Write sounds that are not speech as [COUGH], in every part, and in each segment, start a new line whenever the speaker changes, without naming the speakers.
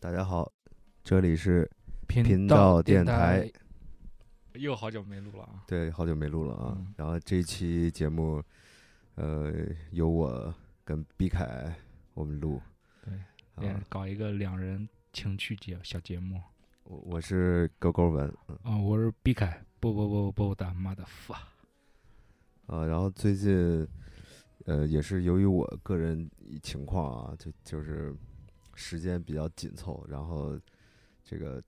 大家好，这里是
频
道
电
电台，
又好久没录了啊！
对，好久没录了啊。
嗯
然后这一期节目，呃，由我跟毕凯我们录。
对，
啊，
搞一个两人情趣节小节目
我我是勾勾文
啊！我是毕凯，不不不不不的妈的 fuck！
啊。然后最近，呃，也是由于我个人情况啊，就就是时间比较紧凑，然后这个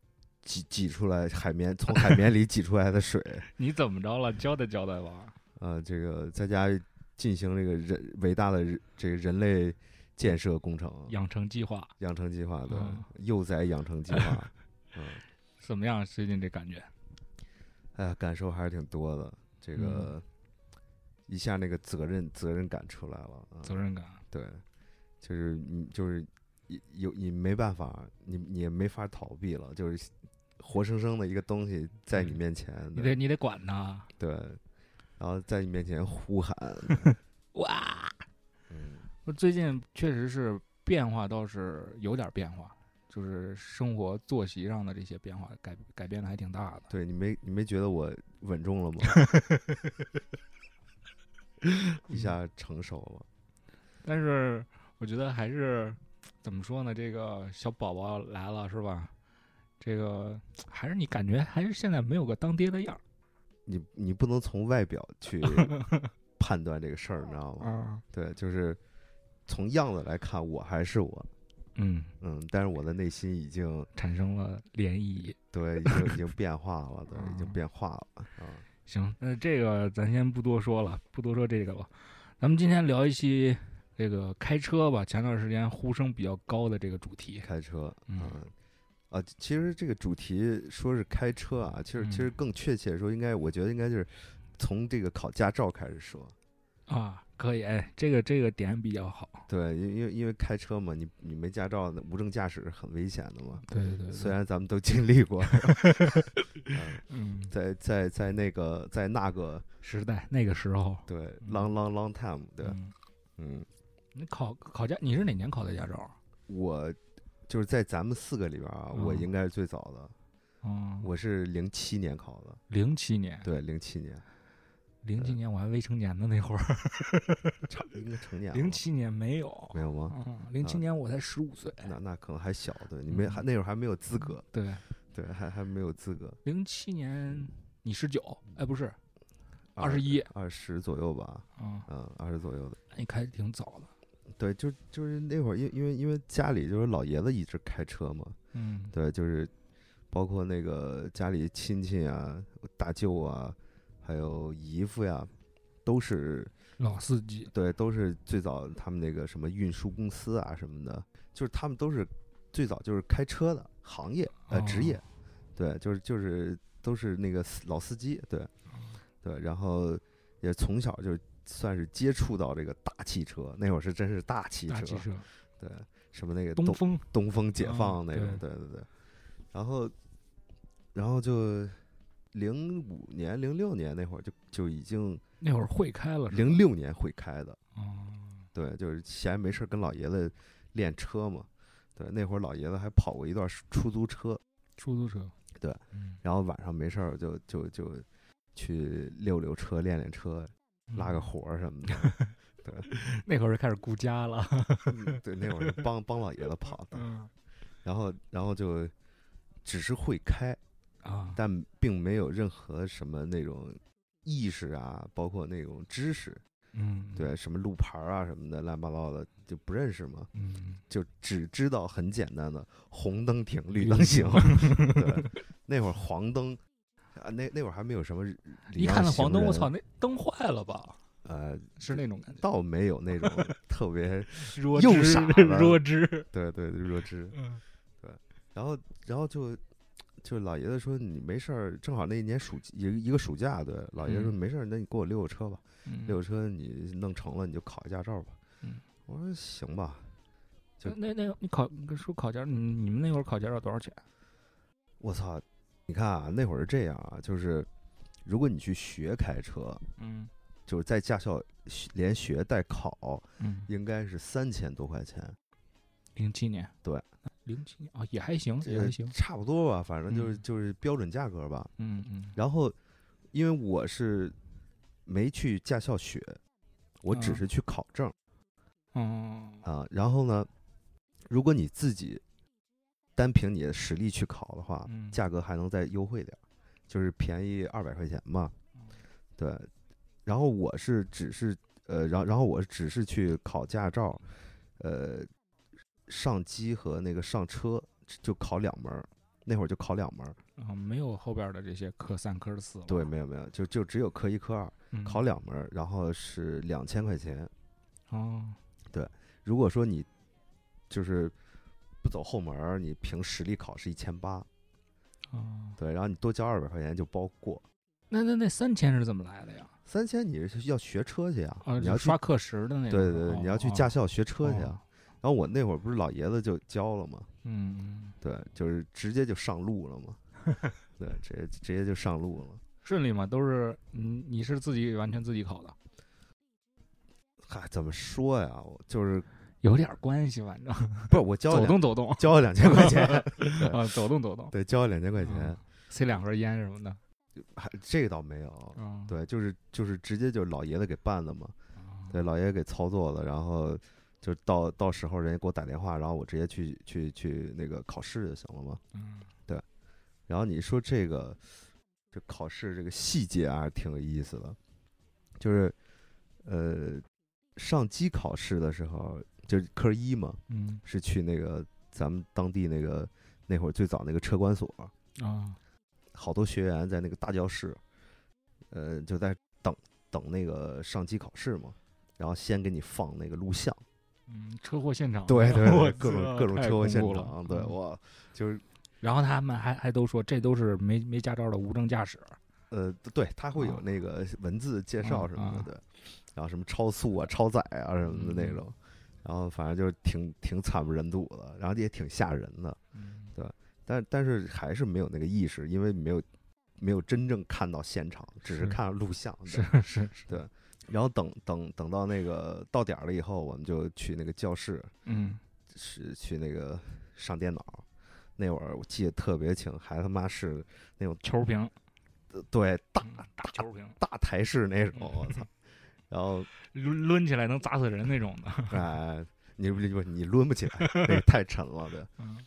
挤挤出来海绵从海绵里挤出来的水，
你怎么着了？交代交代吧。
呃，这个在家进行这个人伟大的人这个人类建设工程啊
嗯养成计划
养成计划，对
嗯，
幼崽养成计
[LAUGHS]
划，嗯，
怎么样？最近这感觉？
哎呀，感受还是挺多的，这
嗯
个一下那个责任责任感出来了，啊
责任感？
对，就是你就是你有你没办法，你你也没法逃避了，就是活生生的一个东西在你
嗯
面前，
你
对
得你得管他。
对，然后在你面前呼
[LAUGHS]
喊，
哇！
嗯
我最近确实是变化，倒是有点变化，就是生活作息上的这些变化改改变的还挺大的。
对你没你没觉得我稳重
[LAUGHS]
了吗？一下成熟了，
但是我觉得还是怎么说呢？这个小宝宝来了是吧？这个还是你感觉还是现在没有个当爹的样儿
你你不能从外表
[LAUGHS]
去判断这个事儿，你知道吗？
啊。
[LAUGHS] 对，就是从样子来看，我还是我，
嗯，
嗯，但是我的内心已经
产生了涟漪。
对，已经已经变化了，对，已经
啊
变化了啊。
行，那这个咱先不多说了，不多说这个了。咱们今天聊一期这个开车吧，前段时间呼声比较高的这个主题。
开车，
嗯
啊，其实这个主题说是开车啊，其实其实
嗯
更确切地说，应该我觉得应该就是从这个考驾照开始说。
啊，可以，哎，这个这个点比较好。
对，因因为因为开车嘛，你你没驾照，那无证驾驶是很危险的嘛。
对对对
虽然咱们都经历
[LAUGHS]
过，嗯
嗯，
在在在那个在那个
时代那个时候，
对
嗯
long long long time 对，
嗯，
嗯，
你考考驾，你是哪年考的驾照？啊
我就是在咱们四个里边啊，我
嗯
应该是最早的，
嗯，哎
我是零七年考的，
零七年，
对，零七
[LAUGHS]
年，
零七年我还未成年的那会儿，
差应该成年了
零七年没有，
没有吗？
嗯，零七
啊
年我才十五岁，
那那可能还小，对你没还
哎嗯
那会儿还没有资格，
对，
对，还还没有资格，
零七年你十九，哎，不是，
二
21
二十左右吧，
嗯，
嗯，二十左右的。
啊那你开的挺早的，
对，就就是那会儿，因因为因为家里就是老爷子一直开车嘛，
嗯，
对，就是包括那个家里亲戚啊、大舅啊，还有姨父呀，都是
老司机，
对，都是最早他们那个什么运输公司啊什么的，就是他们都是最早就是开车的行业呃职业，对，就是就是都是那个司老司机，对对，然后也从小就算是接触到这个大汽车，那会儿是真是大汽
大
车，
汽车，
对，什么那个
东风，
东风解
啊
放那种，
对
对对对。然后，然后就零五年、零六年那会儿就就已经
那会儿会开了，是吧
零，六年会开的，
嗯，
对，就是闲没事儿跟老爷子练车嘛。对，那会儿老爷子还跑过一段出租车，
出租车，
对
嗯，
然后晚上没事儿就就就去溜溜车、练练车、
嗯
拉个，活儿什么的。 [LAUGHS]
那会儿就开始顾家了，
嗯对，那会儿就帮帮老爷子跑的，
嗯
然后然后就只是会开，
啊，
但并没有任何什么那种意识啊，包括那种知识，
嗯，，
对什么路牌儿啊什么的，乱七八糟的就不认识嘛，
嗯，
就只知道很简单的红灯停，绿
绿
灯
灯
行。
行
[LAUGHS]
[LAUGHS]
对，那会儿黄灯啊，那那会儿还没有什么礼
一
让
看到
行
黄灯，我
人
操，，那灯坏了吧？
呃，
是那种感觉，
倒没有
[LAUGHS]
那种特别，
弱
又
智
傻了
弱智，
对对弱智。
嗯，
然后然后就就老爷子说你没事儿，正好那一年暑一一个暑假，对，老爷子说
嗯
没事儿，那你给我溜个车吧。
嗯
溜车你弄成了，你就考一驾照吧。
嗯
我说行吧，就
那那你考你说考驾，你你们那会儿考驾照多少钱？啊
我操！你看啊，那会儿是这样啊，就是如果你去学开车，
嗯
就是在驾校学连学带考，
嗯，
应该是三千多块钱。
零七年，
对，
零七年啊、也还行，也还
呃
行，
差不多吧，反正就是
嗯
就是标准价格吧。
嗯嗯，
然后，因为我是没去驾校学，我只
啊
是去考证
嗯，
啊。然后呢，如果你自己单凭你的实力去考的话，
嗯
价格还能再优惠点儿，就是便宜二百块钱嘛。
嗯
对，然后我是只是呃，然后然后我只是去考驾照，呃，上机和那个上车就考两门儿，那会儿就考两门儿。
啊，没有后边的这些科三、科四了，
对，没有没有，就就只有科一科二，
嗯，
考两门儿，然后是两千块钱。
哦，
如果说你就是不走后门儿，你凭实力考是一千八，
哦，
对，然后你多交二百块钱就包过。
那那那三千是怎么来的呀？
三千你是要学车去呀、
啊，
你
就
要去
刷课时的那
对
个，
对对，
哦
你要去
哦
驾校学车去
哦
啊。然后我那会儿不是老爷子就教了嘛，
嗯嗯，
对，就是直接就上路了嘛， [LAUGHS] 对，直接直接就上路了。
顺利吗？都是你你是自己完全自己考的，
嗨，怎么说呀？我就是
有点关系，反正
不是我交了
走
两
动走动
交了两千块
[LAUGHS]
钱，
啊，走动走动，
对，交了两千块钱
嗯，塞两盒烟什么的，
还这个倒没有，
嗯，
对，就是就是直接就是老爷子给办的嘛，
啊，
对，老爷子给操作了，然后就到到时候人家给我打电话，然后我直接去去去那个考试就行了嘛。
嗯
然后你说这个这考试这个细节啊，挺有意思的，就是呃上机考试的时候，就是科一嘛，
嗯
是去那个咱们当地那个那会儿最早那个车管所，
啊，
好多学员在那个大教室，呃，就在等等那个上机考试嘛。然后先给你放那个录像，
嗯，车祸现场，
[LAUGHS] 对对
[LAUGHS] 我
对，各
知
种
道
各种
太
车祸
恐
现
怖了
场，对
嗯
哇，就是
然后他们还还都说这都是没没驾照的无证驾驶，
呃，对，它会有
啊
那个文字介绍
啊
什么的，
啊
对，然后什么超速啊、超载啊什么的那
嗯
种，然后反正就是挺挺惨不忍睹的，然后也挺吓人的，
嗯
但但是还是没有那个意识，因为没有没有真正看到现场，只是
是
看了录像，对
是是是，
对然后等等等到那个到点儿了以后，我们就去那个教室，
[LAUGHS] 嗯，
是去那个上电脑。那会儿我记得特别清，还他妈是那种
球瓶，
对大
嗯大球瓶，
大台式那
[LAUGHS]
种，我操！然后
抡抡起来能砸死人那种的，
哎，你不不你抡不起来，那个太沉了对，
嗯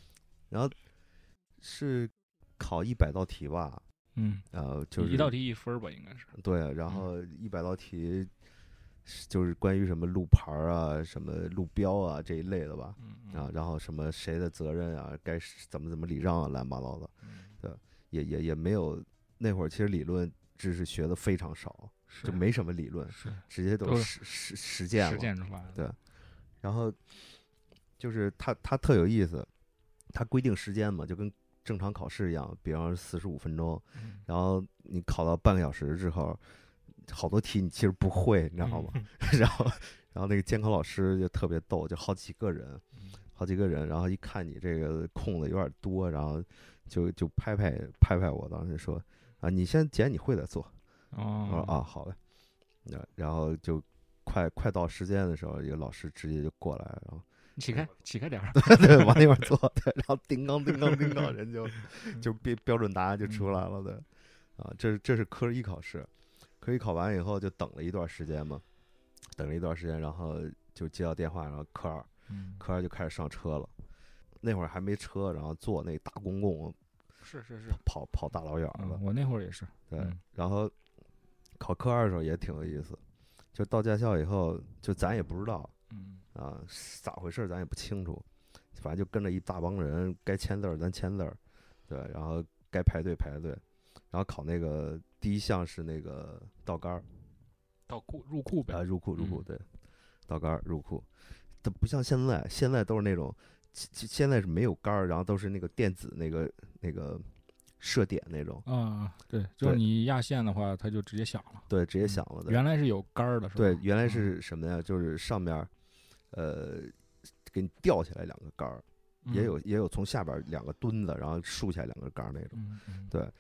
是考一百道题吧？
嗯，
呃，就是
一道嗯题一分儿吧，应该是，
对，然后一百道题是就是关于什么路牌儿啊、什么路标啊这一类的吧？
嗯嗯
啊，然后什么谁的责任啊，该是怎么怎么礼让啊，乱七八糟的，
嗯
也也也没有那会儿其实理论知识学的非常少，
是
就没什么理论，
是
直接都
都
是实
是
实实践
实
了。
践出来的，
对然后就是他他特有意思，他规定时间嘛，就跟正常考试一样，比方四十五分钟，
嗯
然后你考到半个小时之后，好多题你其实不会，你知道
嗯
吗？？ [LAUGHS] 然后然后那个监考老师就特别逗，就好几个人，
嗯
好几个人，然后一看你这个空的有点多，然后就就拍拍拍拍我，当时说啊，你先捡你会的做。我说
哦
啊，好嘞。那然后就快快到时间的时候，一个老师直接就过来，然后
起开起开点儿，
对，往那边坐，对，然后叮当叮当叮当，人就
嗯
就标标准答案就出来了，对，啊，这是这是科一考试，科一考完以后就等了一段时间嘛，等了一段时间，然后就接到电话，然后科二
[LAUGHS] 嗯
科二就开始上车了，那会儿还没车，然后坐那大公共
是是是，
跑跑大老远儿
嗯
了，
我那会儿也是，
对
嗯，
然后考科二的时候也挺有意思，就到驾校以后，就咱也不知道，
嗯
啊，是咋回事儿咱也不清楚，反正就跟着一大帮人，该签字儿咱签字儿，对，然后该排队排队，然后考那个第一项是那个倒杆儿，
到库入库呗
啊，，入库入库，
嗯
对，倒杆儿入库，它不像现在，现在都是那种，其其现在是没有杆儿，然后都是那个电子那个那个射点那种，
啊，对，就是
对
你压线的话，它就直接响了。
对，直接
嗯
响了的，
原来是有杆儿的，是吧？
对，原来
嗯
是什么呀？就是上面儿，呃，给你吊起来两个杆儿，
嗯
也有，也有从下边儿两个墩子，然后竖起来两个杆儿那种。
嗯嗯，嗯
对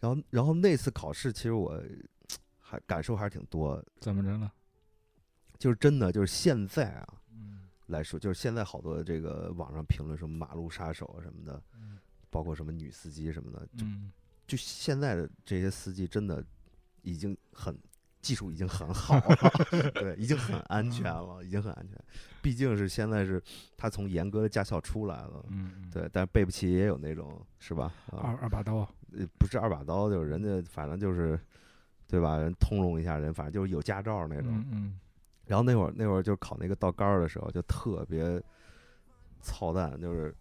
然后，然后那次考试，其实我还感受还是挺多的，
怎么着呢？
就是真的就是现在啊，
嗯
来说，就是现在好多这个网上评论什么马路杀手什么的，
嗯
包括什么女司机什么的，
嗯，
就现在的这些司机真的已经很技术已经很好
[LAUGHS]
了，对，已经很安全了，已经很安全。毕竟是现在是他从严格的驾校出来了，
嗯，
对，但是贝不奇也有那种是吧？啊
二，二把刀，
呃不是二把刀，就是人
嗯
家反正就是对吧？人通融一下人，反正就是有驾照那种。
嗯嗯，
然后那会儿那会儿就考那个倒杆儿的时候，就特别操蛋，就是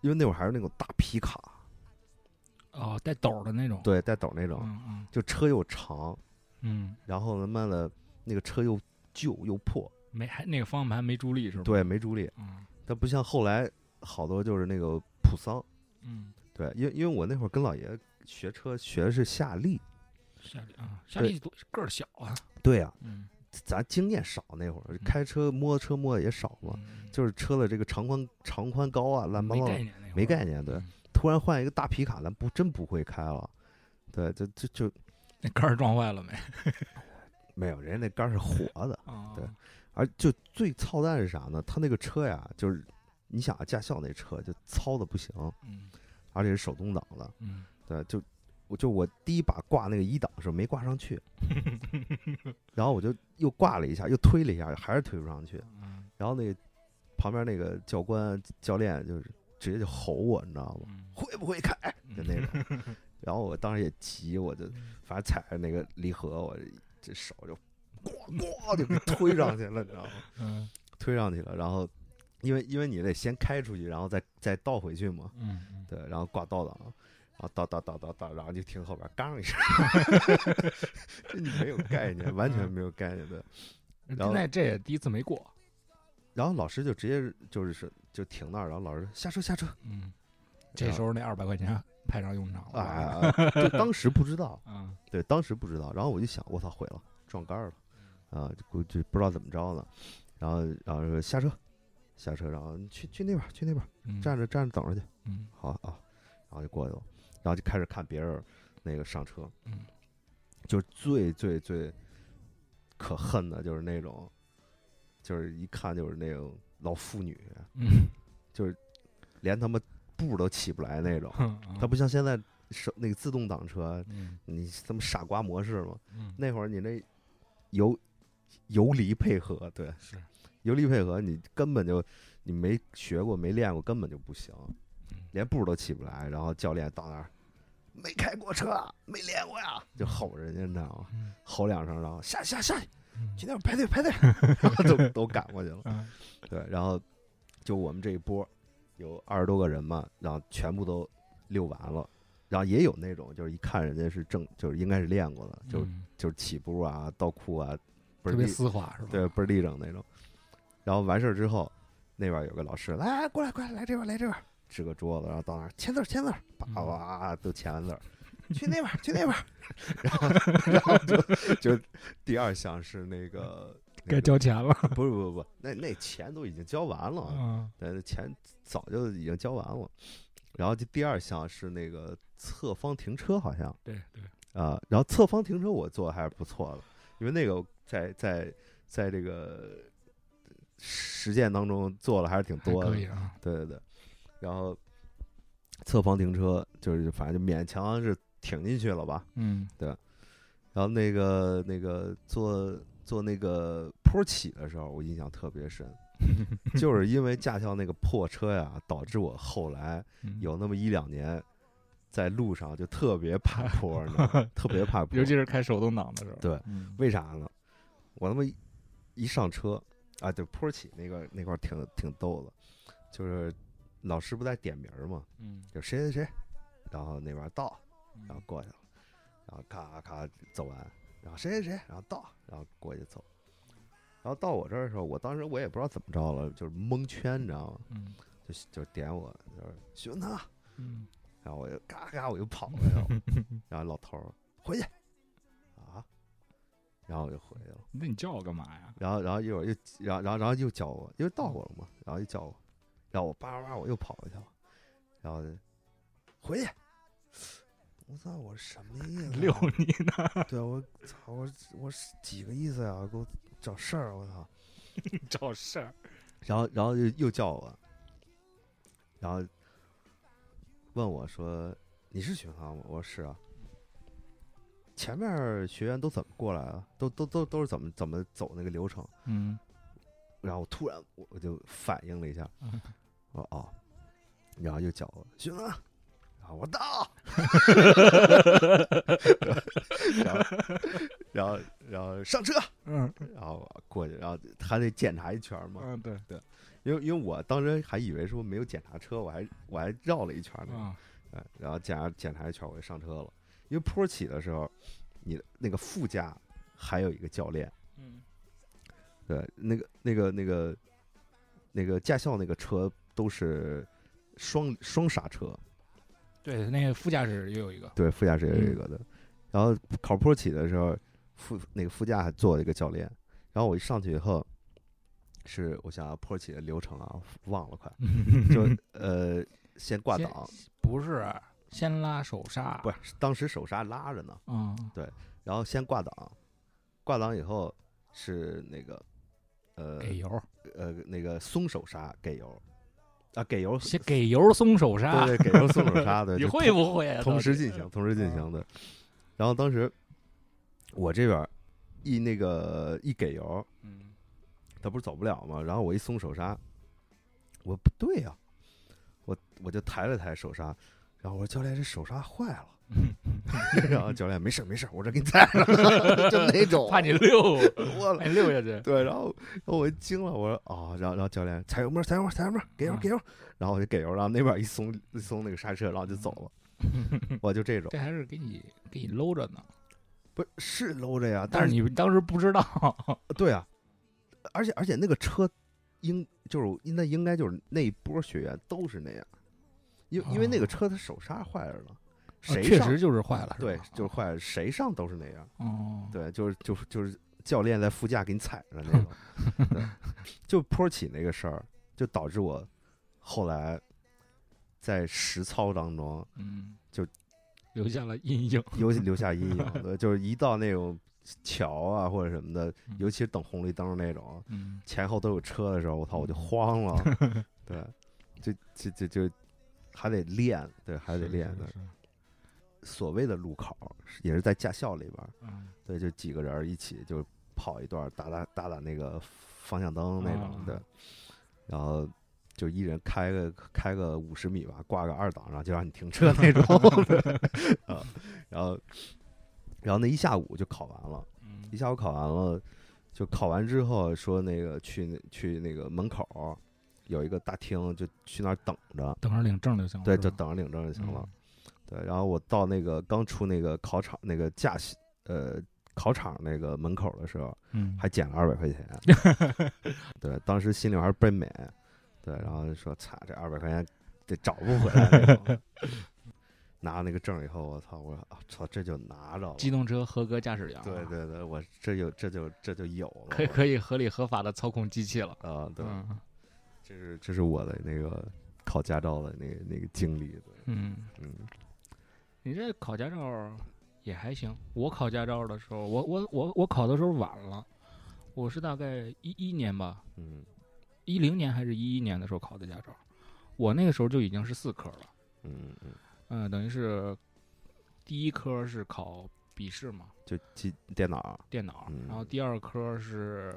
因为那会儿还是那种大皮卡，
哦，带斗儿的那种，，
对，带斗那种，
嗯嗯
就车又长，
嗯，
然后他妈的那个车又旧又破，
没还那个方向盘没助力是吧？，
对，没助力。
嗯
但不像后来好多就是那个普桑，
嗯，
对，因为因为我那会儿跟老爷学车学的是夏利，
夏利啊，夏
对
利多个儿小啊，
对呀、
嗯，
咱经验少那会儿，开车摸车摸的也少嘛，
嗯
就是车的这个长宽长宽高啊，乱七八
没
糟
概
的
念那会儿
没概念，对。
嗯
突然换一个大皮卡，咱不真不会开了。对，就就就
那杆儿撞坏了没？
[LAUGHS] 没有，人家那杆儿是活的，
啊，
对而就最操蛋是啥呢？他那个车呀，就是你想啊，驾校那车就糙的不行，
嗯
而且是手动挡的。
嗯，
对，就我就我第一把挂那个一档的时候没挂上
[LAUGHS]
去，然后我就又挂了一下，又推了一下，还是推不上去。
嗯
然后那个旁边那个教官教练就是直接就吼我，你知道吗？
嗯
会不会开？就那种。然后我当时也急，我就反正踩着那个离合，我这手就咣咣就给推上去了，你知道吗？
嗯
推上去了，然后因为因为你得先开出去，然后再再倒回去嘛，
嗯嗯，
对，然后挂倒档，然后倒倒倒倒倒，然后就听后边嘎一声，这你没有概念，完全没有概念的。然后
那这也第一次没过，
然后老师就直接就是是就停那儿，然后老师说下车下车，
嗯，这时候那二百块钱派上用场了，
啊，就当时不知道，
嗯
对，当时不知道，然后我就想，我操，毁了，撞杆儿了，啊，就估计不知道怎么着呢，然后然后说下车，下车，然后你去去那边儿，去那边儿，
嗯，
站着站着等着去，
嗯
好啊，然后就过去了，然后就开始看别人那个上车，
嗯，
就是最最最可恨的就是那种，就是一看就是那种老妇女，
嗯，
连他妈步都起不来那
[LAUGHS]
种，它
他
不像现在手那个自动挡车，
嗯
你他妈傻瓜模式嘛。
嗯，
那会儿你那游游离配合，对，
是
游离配合，你根本就你没学过、没练过，根本就不行
嗯，
连步都起不来。然后教练到那儿，没开过车，没练过呀，就吼人家，你知道吗？
嗯
吼两声，然后下下下去，
嗯
去那边排队排 [LAUGHS] 队，然后
[LAUGHS]
都都赶过去了。
嗯
对，然后就我们这一波有二十多个人嘛，然后全部都溜完了。然后也有那种，就是一看人家是正，就是应该是练过的，就
嗯
就是起步啊、倒库啊，倍
特
儿
别
立，
丝滑是吧？
对，倍儿立正那种。然后完事儿之后，那边有个老师来过来过来来这边来这边，支个桌子，然后到那儿签字儿签字儿，叭
嗯
叭叭叭都签
[LAUGHS]
完字儿，去那边儿去那边儿，然后然后就就第二项是那个
该交钱了，
不是不是不是，那那钱都已经交完了，
嗯
但是钱早就已经交完了。然后就第二项是那个侧方停车，好像。
对对，
啊，然后侧方停车我做的还是不错的，因为那个在在在这个实践当中做了还是挺
还
多的
可，以啊，
对对对。然后侧方停车就是反正就勉强是挺进去了吧，
嗯
然后那个那个做做那个坡起的时候，我印象特别
[LAUGHS]
深，就是因为驾校那个破车呀，导致我后来
嗯
有那么一两年。在路上就特别怕坡儿，你知道吗特
[LAUGHS]
别怕坡儿，
尤其是开手动挡的时候，
对
嗯，
为啥呢？我他妈一一上车啊，对，坡起那个那块儿挺挺逗的，就是老师不带点名儿嘛，
嗯
就谁谁谁，然后那边儿到，
嗯
然后过去了，然后咔咔走完，然后谁谁谁，然后到，然后过去走，然后到我这儿的时候，我当时我也不知道怎么着了，就是蒙圈，你知道吗？
嗯
就就点我，就是询问他，
嗯
然后我就嘎嘎我就跑过去了，然后老头儿回去啊，然后我就回去了。
那你叫我干嘛呀？
然后然后一会儿又然后然后然后又叫我，因为到我了嘛，然后又叫我，然后我叭叭叭我又跑回去了，然后就回去。我操！我什么意思、啊？
[LAUGHS] 遛你呢？
对我操！我我是几个意思呀、给我找事儿！我操！
找事儿，
啊然后然后又又叫我，然后问我说：“你是巡航吗？”我说：“是啊。”前面儿学员都怎么过来啊？都都都都是怎么怎么走那个流程？
嗯
然后我突然我我就反应了一下
嗯，
我说哦，然后又叫我巡航，然后我到，然后然后然后上车，
嗯
然后我过去，然后还得检查一圈儿嘛，
嗯，对
因为因为我当时还以为说没有检查车，我还我还绕了一圈呢，
啊，
嗯，然后检查检查一圈我就上车了，因为坡起的时候，你的那个副驾还有一个教练，
嗯
对，那个那个那个那个驾校那个车都是双双刹车，
对，那个副驾驶也有一个，
对，副驾驶也有
嗯
一个的，然后考坡起的时候，副那个副驾还坐了一个教练，然后我一上去以后，是我想想坡起的流程啊，忘
[LAUGHS]
了快，就呃先挂
先
档。
不是先拉手刹，
不是，呃当时手刹拉着呢，
嗯
然后先挂档，挂档以后是那个，呃
给油，
呃那个松手刹给油，啊给油，
先给油松手刹， [LAUGHS]
对对，给油松手刹，对，
你
就
会
同
不会啊？
同时
到底
进行，同时进行的。然后当时我这边一那个一给油，
嗯
他不是走不了吗？然后我一松手刹，我不对呀、我我就抬了抬手刹，然后我说教练这手刹坏
[LAUGHS]
了。然后教练没事儿没事儿，我这给你带上， [LAUGHS] 就那种
怕你溜，
我
怕你溜下去。
对，然后然后我一惊了，我说哦，然后然后教练踩油门，踩油门，踩油门，给油
嗯
给油，然后我就给油，然后那边一松一松那个刹车，然后就走了，
嗯
我就
[LAUGHS]
这种，
这还是给你给你搂着呢，
不是是搂着呀，
但是
是
你当时不知道，
对啊，而且而且那个车应就是那应该就是那一波学员都是那样，因为因为那个
哦
车它手刹坏着呢，
啊
[LAUGHS] 谁
确
上
实就是坏了，
对
吧
就是坏了，谁上都是那样，
哦，
对，就是就是就是教练在副驾给你踩着那种，对 [LAUGHS] 就坡起那个事儿，就导致我后来在实操当中
嗯，
就
留下了阴影。
尤其留下阴影的，就是一到那种桥啊或者什么的，尤其是等红绿灯那种
嗯，
前后都有车的时候，我操，我就慌了，对，就就就就还得练，对，还得
是
练
是
的。
是
所谓的路考是也是在驾校里边儿，
嗯
对，就几个人儿一起就跑一段儿，打打打打那个方向灯那种
啊
的，然后就一人开个开个五十米吧，挂个二档，然后就让你停车那种， [LAUGHS] 啊，然后然后那一下午就考完了，
嗯
一下午考完了，就考完之后说那个去那去那个门口儿有一个大厅，就去那儿等着，
等着领证就行了，
对，
是
就
吧
等着领证就行了。对，然后我到那个刚出那个考场那个驾校呃考场那个门口的时候，
嗯，
还捡了二百块
[LAUGHS]
钱。对，当时心里还是倍美。对，然后就说：“操，这二百块钱得找不回来那种。” [LAUGHS] 拿那个证以后，我操！我说啊，操，这就拿着了。
机动车合格驾驶员，啊
对，对对，我这就这就这就有了。
可以
我
可以合理合法的操控机器了。
啊，对，
嗯
这是这是我的那个考驾照的那个那个经历。对，
嗯，
嗯
你这考驾照也还行。我考驾照的时候，我我我我考的时候晚了，我是大概一一年吧，
嗯
一零年还是一一年的时候考的驾照，我那个时候就已经是四科了。
嗯嗯，
嗯、等于是第一科是考笔试嘛，
就机电脑，
电脑，
嗯
然后第二科是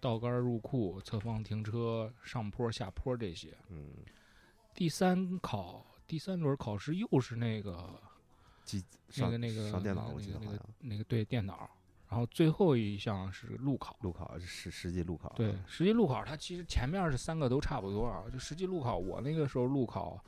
倒杆入库、侧方停车、上坡下坡这些。
嗯，
第三考第三轮考试又是那个那
上
个那个
上电
那
脑，
个
我记得
那
好
个
像
那个对电脑，然后最后一项是路考。
路考实实际路考，
对，实际路考它其实前面是三个都差不多啊。就实际路考，我那个时候路考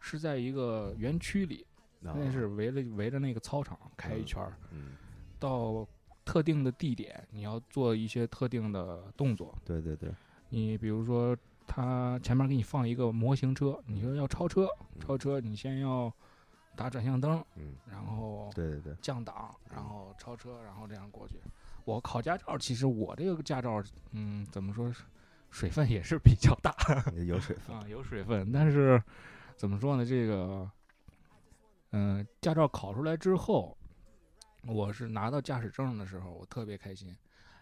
是在一个园区里，
啊
那是围着围着那个操场开一
嗯
圈儿，
嗯，
到特定的地点，你要做一些特定的动作。
对对对，
你比如说，他前面给你放一个模型车，你说要超车，
嗯
超车你先要打转向灯，
嗯，
然后
对对对，
降档，
嗯
然后超车，然后这样过去。我考驾照，其实我这个驾照，嗯，怎么说，水分也是比较大
也有
[LAUGHS]
水分，
啊，有水分。但是怎么说呢，这个，嗯、驾照考出来之后，我是拿到驾驶证的时候，我特别开心。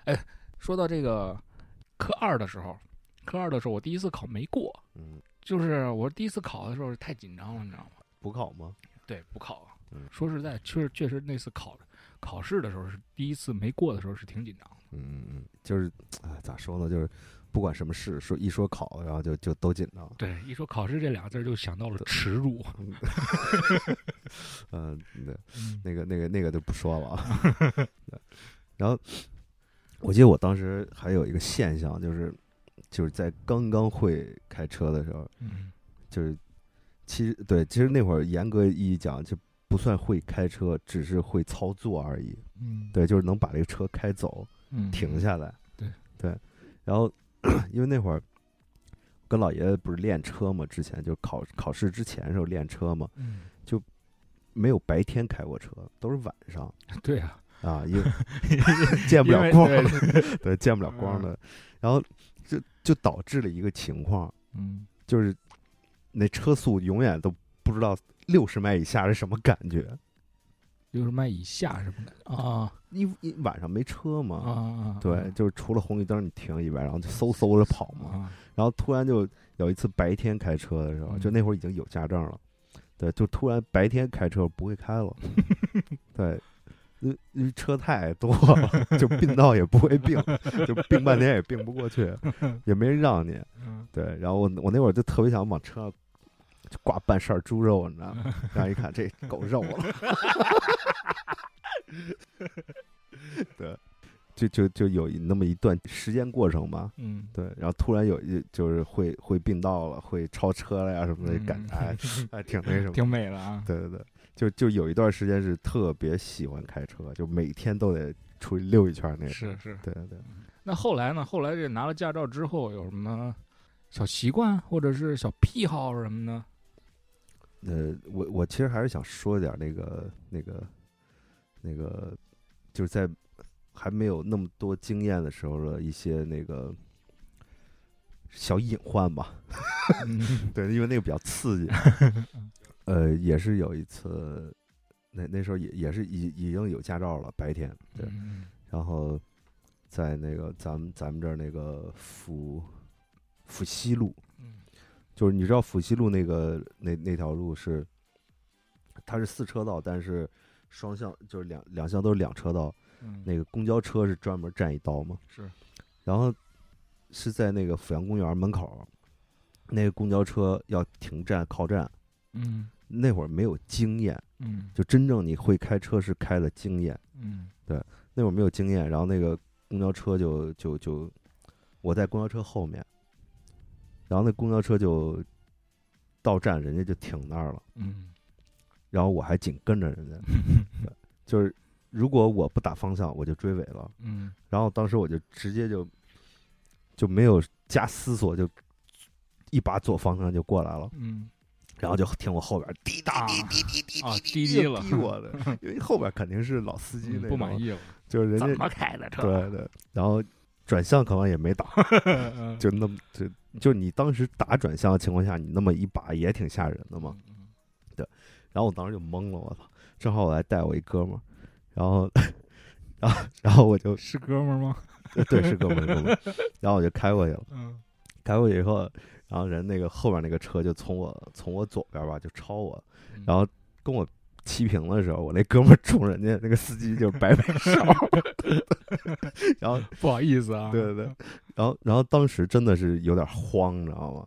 哎，说到这个科二的时候，科二的时候，我第一次考没过，
嗯，
就是我第一次考的时候太紧张了，你知道吗？
补考吗？
对，不考
嗯。
说实在，确实确实那次考考试的时候是第一次没过的时候是挺紧张的。
嗯嗯嗯，就是哎，咋说呢？就是不管什么事，说一说考，然后就就都紧张。
对，一说考试这俩字儿就想到了耻辱。
嗯，对。
[LAUGHS] 嗯
那个那个那个就不说了啊。
[LAUGHS]
然后我记得我当时还有一个现象，就是就是在刚刚会开车的时候，
嗯
就是其实对，其实那会儿严格意义讲就不算会开车，只是会操作而已。
嗯，
对，就是能把这个车开走，
嗯，
停下来。
对
对，然后 [CLEARS THROAT] 因为那会儿。跟老爷不是练车嘛？之前就是考考试之前的时候练车嘛，
嗯，
没有白天开过车，都是晚上。
[LAUGHS] 对啊，
啊，
[LAUGHS]
因为见不
因
了
为
光，
对嗯
对，见不了光的，然后就就导致了一个情况，
嗯，
就是那车速永远都不知道六十迈以下是什么感觉，
六十迈以下什么的啊
因为因为晚上没车
啊嗯
嘛，
啊！
对，就是除了红绿灯你停以外，然后就嗖嗖着跑嘛，
啊，
然后突然就有一次白天开车的时候，
嗯
就那会儿已经有驾照了，对，就突然白天开车不会开
[LAUGHS]
了，对。因为因为车太多了， [LAUGHS] 就并道也不会并，就并半天也并不过
[LAUGHS]
去，也没人让你。
嗯
对，然后我我那会儿就特别想往车上就挂半扇猪肉，你知道
[LAUGHS]
吗？然后一看这狗肉了， [LAUGHS] 对，就就就有那么一段时间过程吧。
嗯，
对，然后突然有一就是会会并道了，会超车了呀什么的，感觉
[LAUGHS]
哎还挺那什么。
嗯挺美的啊。
对对对，就就有一段时间是特别喜欢开车，就每天都得出去溜一圈儿那种。
是是。
对对对，
那后来呢？后来这拿了驾照之后有什么小习惯或者是小癖好什
[LAUGHS]
么的？
呃，我我其实还是想说一点儿那个那个那个，就是在还没有那么多经验的时候的一些那个小隐患吧。
嗯
[LAUGHS] 对，因为那个比较刺激。呃，也是有一次，那那时候也也是已已经有驾照了，白天对，
嗯
然后在那个咱们咱们这儿那个府府西路，
嗯
就是你知道府西路那个那那条路是，它是四车道，但是双向就是两两向都是两车道，
嗯，
那个公交车是专门占一刀嘛，
是
然后是在那个阜阳公园门口，那个公交车要停站靠站。
嗯
那会儿没有经验，
嗯
就真正你会开车是开了经验，
嗯
那会儿没有经验，然后那个公交车就就就，我在公交车后面，然后那公交车就到站，人家就停那儿了，
嗯
然后我还紧跟着
[LAUGHS]
人家，对就是如果我不打方向，我就追尾了，
嗯
然后当时我就直接就就没有加思索就。一把左方向就过来了，
嗯
然后就听我后边滴答滴滴滴滴
啊
滴
滴滴了
滴我的，
[LAUGHS]
因为后边肯定是老司机那种
嗯，不满意了，
就是人
怎
家
么开的车？
对对，然后转向可能也没打，
嗯
就那么就就你当时打转向的情况下，你那么一把也挺吓人的嘛。？
嗯
然后我当时就懵了，我操！正好我还带我一哥们儿，然后 [LAUGHS] 然后然后我就 [LAUGHS]
是哥们儿吗？
对是哥们儿是哥们儿，然后我就开过去了，
嗯
开过去以后，然后人那个后边那个车就从我从我左边吧就超我，
嗯
然后跟我。骑平的时候，我那哥们儿冲人家那个司机就摆摆手， [LAUGHS] 然后
不好意思啊，
对对对，然后然后当时真的是有点慌，你知道吗？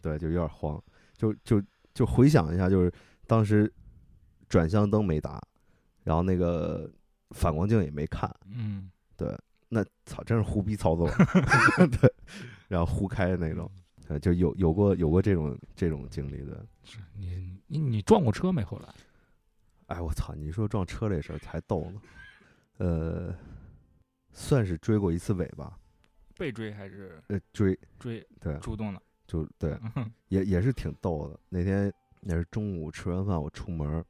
对，就有点慌，就就就回想一下，就是当时转向灯没打，然后那个反光镜也没看，
嗯，
对，那操，真是胡逼操作， [LAUGHS] 对，然后胡开的那种，对，就有有过有过这种这种经历的。
是你你你撞过车没？后来
哎，我操，你说撞车这事儿才逗呢，呃，算是追过一次尾吧，
被追还是
呃，追
追
对
主动的？
就对。也也是挺逗的。那天也是中午吃完饭，我出门儿，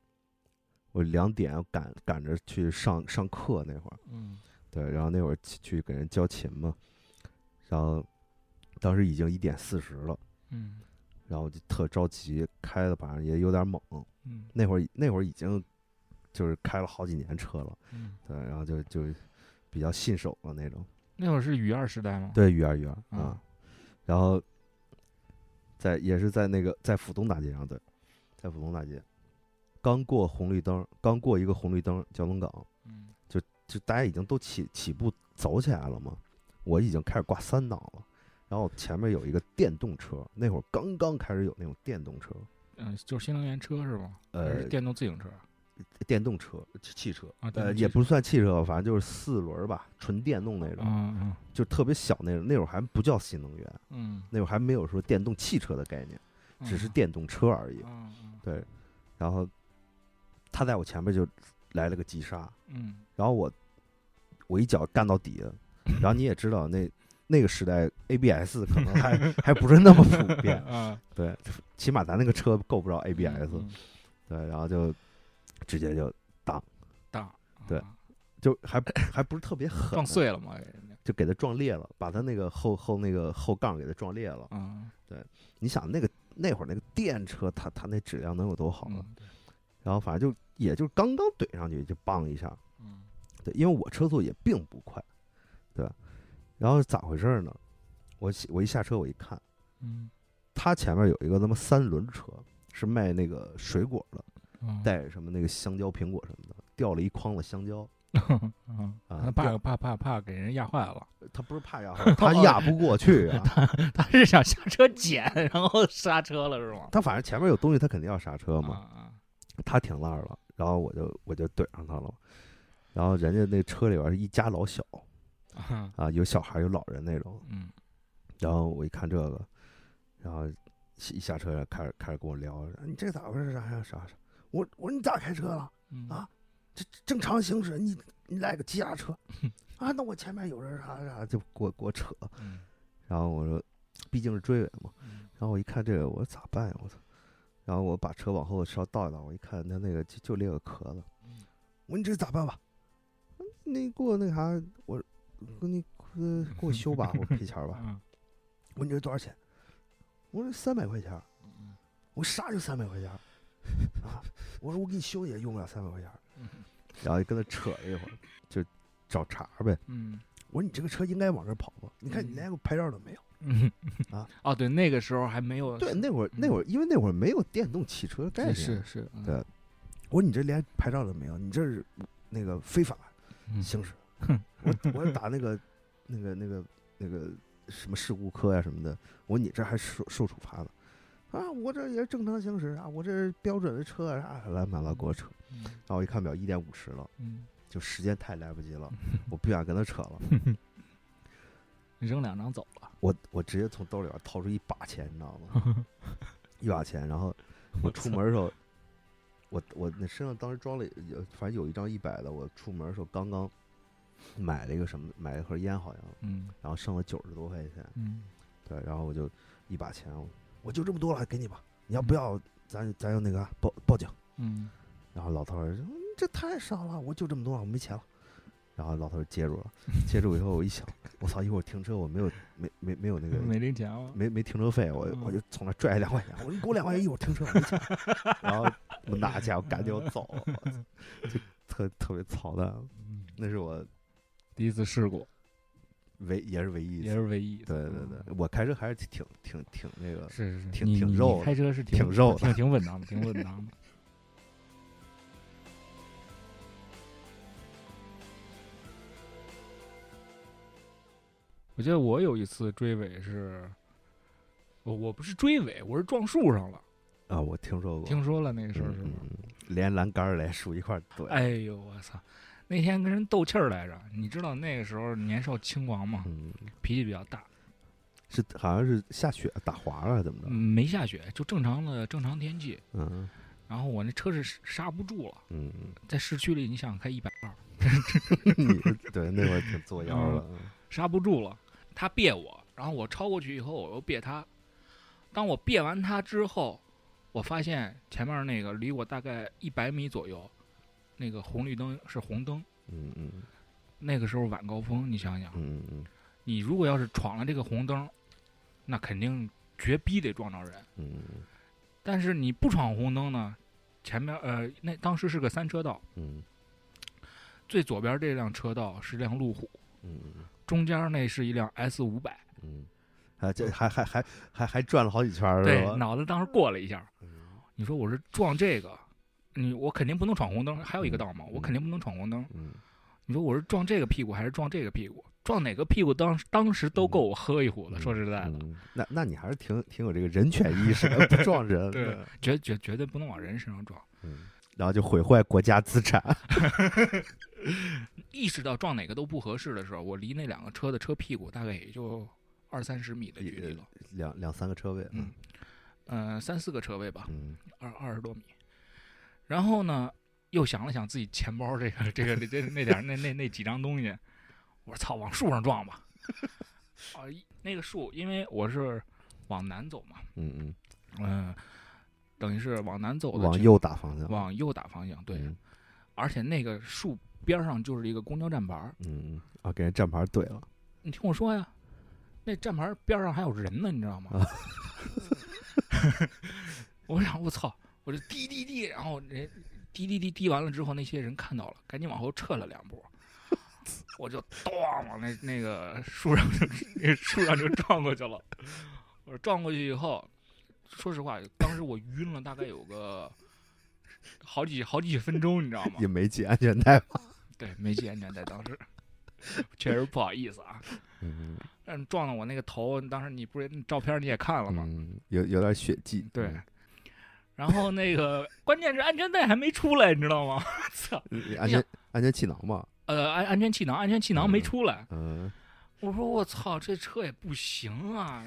我两点要赶赶着去上上课那会儿，
嗯
对，然后那会儿去去给人教琴嘛，然后当时已经一点四十了，
嗯
然后我就特着急，开的反正也有点猛，
嗯
那会儿那会儿已经就是开了好几年车了，
嗯，
对，然后就就比较信手了那种，
那会儿是雨二时代吗？
对，鱼儿鱼儿
啊
啊，然后在也是在那个在浦东大街上，对，在浦东大街，刚过红绿灯，刚过一个红绿灯，蛟龙岗，
嗯
就大家已经都起起步走起来了嘛，我已经开始挂三档了。然后前面有一个电动车，那会儿刚刚开始有那种电动车，
嗯，就是新能源车是吗？还
呃
是，电动自行车
电动车、汽汽车，
啊？电
呃，
动
也
汽
不算汽车吧，反正就是四轮儿吧，纯电动那
车，
种，
嗯嗯
就特别小那种。那会儿还不叫新能源，
嗯
那会儿还没有说电动汽车的概念，
嗯，
只是电动车而已。
嗯嗯
对，然后他在我前面就来了个急刹，
嗯
然后我我一脚干到底
[LAUGHS]
了，然后你也知道那那个时代 ABS 可能
[LAUGHS]
还还不是那么普遍，
嗯
对，起码咱那个车够不着
嗯
ABS，
嗯
对，然后就直接就
大
对
啊
就还还不是特别狠，
撞碎了嘛，给人家
就给它撞裂了，把它那个后后那个后杠给它撞裂了。
嗯，
你想那个那会儿那个电车它，它那质量能有多好啊？
嗯对
然后反正就也就刚刚怼上去就梆一下，
嗯
对，因为我车速也并不快，对吧？然后咋回事儿呢？我起我一下车我一看，
嗯
他前面有一个他妈三轮车，是卖那个水果的，
嗯，
带什么那个香蕉、苹果什么的，掉了一筐子香蕉。
[LAUGHS] 嗯，
啊
他怕怕怕怕给人压坏了， [LAUGHS]
他不是怕压坏，他压不过去啊。
他是想下车捡，然后刹车了是吗？
他反正前面有东西，他肯定要刹车
啊
嘛。
啊，
他挺烂了，然后我就我就怼上他了。然后人家那车里边是一家老小
啊
啊，有小孩有老人那种，
嗯
然后我一看这个，然后一下车开始开始跟我聊，你这咋回事？啥啥啥啥？我我说你咋开车了？
嗯
啊这这正常行驶，你你来个急刹车啊？那我前面有人啥啥就给我给我扯，
嗯
然后我说毕竟是追尾嘛，
嗯
然后我一看这个，我说咋办呀？我操！然后我把车往后稍倒一倒，我一看他那个就就裂个壳子，我说你这咋办吧？嗯那给我那啥，我给你呃给我修吧，我赔钱儿吧。
嗯
我说你这多少钱？我说三百块钱儿。我说啥就三百块钱儿啊？我说我给你修也用不了三百块钱儿。
嗯
然后就跟他扯了一会儿，就找茬儿呗。
嗯
我说你这个车应该往这儿跑吧？你看你
嗯
连个牌照都没有。
嗯
啊
哦对，那个时候还没有
对，那会儿那会儿因为那会儿没有电动汽车的概
是
念。
是是，嗯
对我说你这连牌照都没有，你这是那个非法
嗯
行驶。我我打那个那个那个那个什么事故科呀、什么的，我说你这还受受处罚呢。啊，我这也是正常行驶啊，我这是标准的车啊，啥乱七八糟给我扯。
嗯
啊然后我一看表，一点五十了，
嗯，
就时间太来不及了，我不想跟他扯了，
扔两张走了，
我我直接从兜里边掏出一把钱，你知道吗？一把钱，然后我出门的时候，我我那身上当时装了，有反正有一张一百的，我出门的时候刚刚买了一个什么，买了一盒烟好像，
[LAUGHS] 嗯
然后剩了九十多块钱，
嗯
对，然后我就一把钱，我我就这么多了，给你吧，你要不要，咱咱就那个报报警。
嗯
然后老头儿说嗯这太少了，我就这么多了，我没钱了。然后老头儿接住了，接住以后我一想，我操，一会儿停车我没有没没没有那个
嗯没零钱了，
没没停车费，我
嗯
我就从那拽了两块钱，我说你给我两块钱，一会儿停车我没
[LAUGHS]
钱。然后我拿起来，我赶紧要走，我操就特特别操蛋。
嗯
那是我
第一次试过，
唯也是唯一一
也
次。
是唯一一次，
对对
嗯
对，我开车还是挺挺挺那个，
是是是，
挺
你
挺
你你
肉的
开车是
挺肉的
挺挺稳当的，挺稳当
[LAUGHS]
的。我记得我有一次追尾是，我我不是追尾，我是撞树上了。
啊，我听说过，
听说了那个事儿
嗯
是
嗯
吗？
嗯连栏杆儿连树一块儿怼。
哎呦我操！那天跟人斗气儿来着，你知道那个时候年少轻狂嘛，
嗯，
脾气比较大，
是好像是下雪打滑了，怎么着
嗯？没下雪，就正常的正常天气。
嗯
然后我那车是刹不住了，
嗯，
在市区里，你想开一百二，
你对那会儿挺作妖了，
刹不住了，他别我，然后我超过去以后，我又别他。当我别完他之后，我发现前面那个离我大概一百米左右，那个红绿灯是红灯。
嗯嗯
那个时候晚高峰，你想想，
嗯嗯
你如果要是闯了这个红灯，那肯定绝逼得撞着人。
嗯
但是你不闯红灯呢，前面呃，那当时是个三车道，
嗯
最左边这辆车道是辆路虎，
嗯
中间那是一辆 S 五百，
嗯啊，这还还还还还转了好几圈儿是
对，
吧？嗯
脑子当时过了一下，你说我是撞这个，你我肯定不能闯红灯，还有一个道嘛，我肯定不能闯红灯。 [LAUGHS]
嗯，
你说我是撞这个屁股还是撞这个屁股？撞哪个屁股当当时都够我喝一壶了。
嗯
说实在的，
嗯那那你还是挺挺有这个人权意识的，不撞人。
[LAUGHS] 对，绝绝绝对不能往人身上撞。
嗯，然后就毁坏国家资产。
意识到撞哪个都不合适的时候，我离那两个车的车屁股大概也就二三十米的距离了，
两两三个车位，
嗯嗯，三四个车位吧，
嗯，
二二十多米。然后呢，又想了想自己钱包这个这个这这那点儿那那那几张东西，我说操，往树上撞吧。啊，一那个树，因为我是往南走嘛，
嗯嗯，
嗯、等于是往南走的，
往右打方向，
往右打方向，对。
嗯
而且那个树边儿上就是一个公交站牌儿，
嗯嗯，啊，给人站牌怼了，
你听我说呀，那站牌边上还有人呢，你知道吗？ [LAUGHS] 我想，我操！我就滴滴滴，然后人滴滴滴滴完了之后，那些人看到了，赶紧往后撤了两步，我就咚往那那个树上就 [LAUGHS] 那树上就撞过去了。我说撞过去以后，说实话，当时我晕了，大概有个好几好几分钟，你知道吗
也？没系安全带吧？
对，没系安全带，当时 [LAUGHS] 确实不好意思啊。
嗯
嗯，撞到我那个头，当时你不是照片你也看了吗？
嗯，有有点血迹，
对。然后那个，关键是安全带还没出来，你知道吗？ [LAUGHS] 操！
嗯，安全安全气囊嘛，
呃，安安全气囊，安全气囊没
嗯
出来。
嗯
我说我操，这车也不行啊！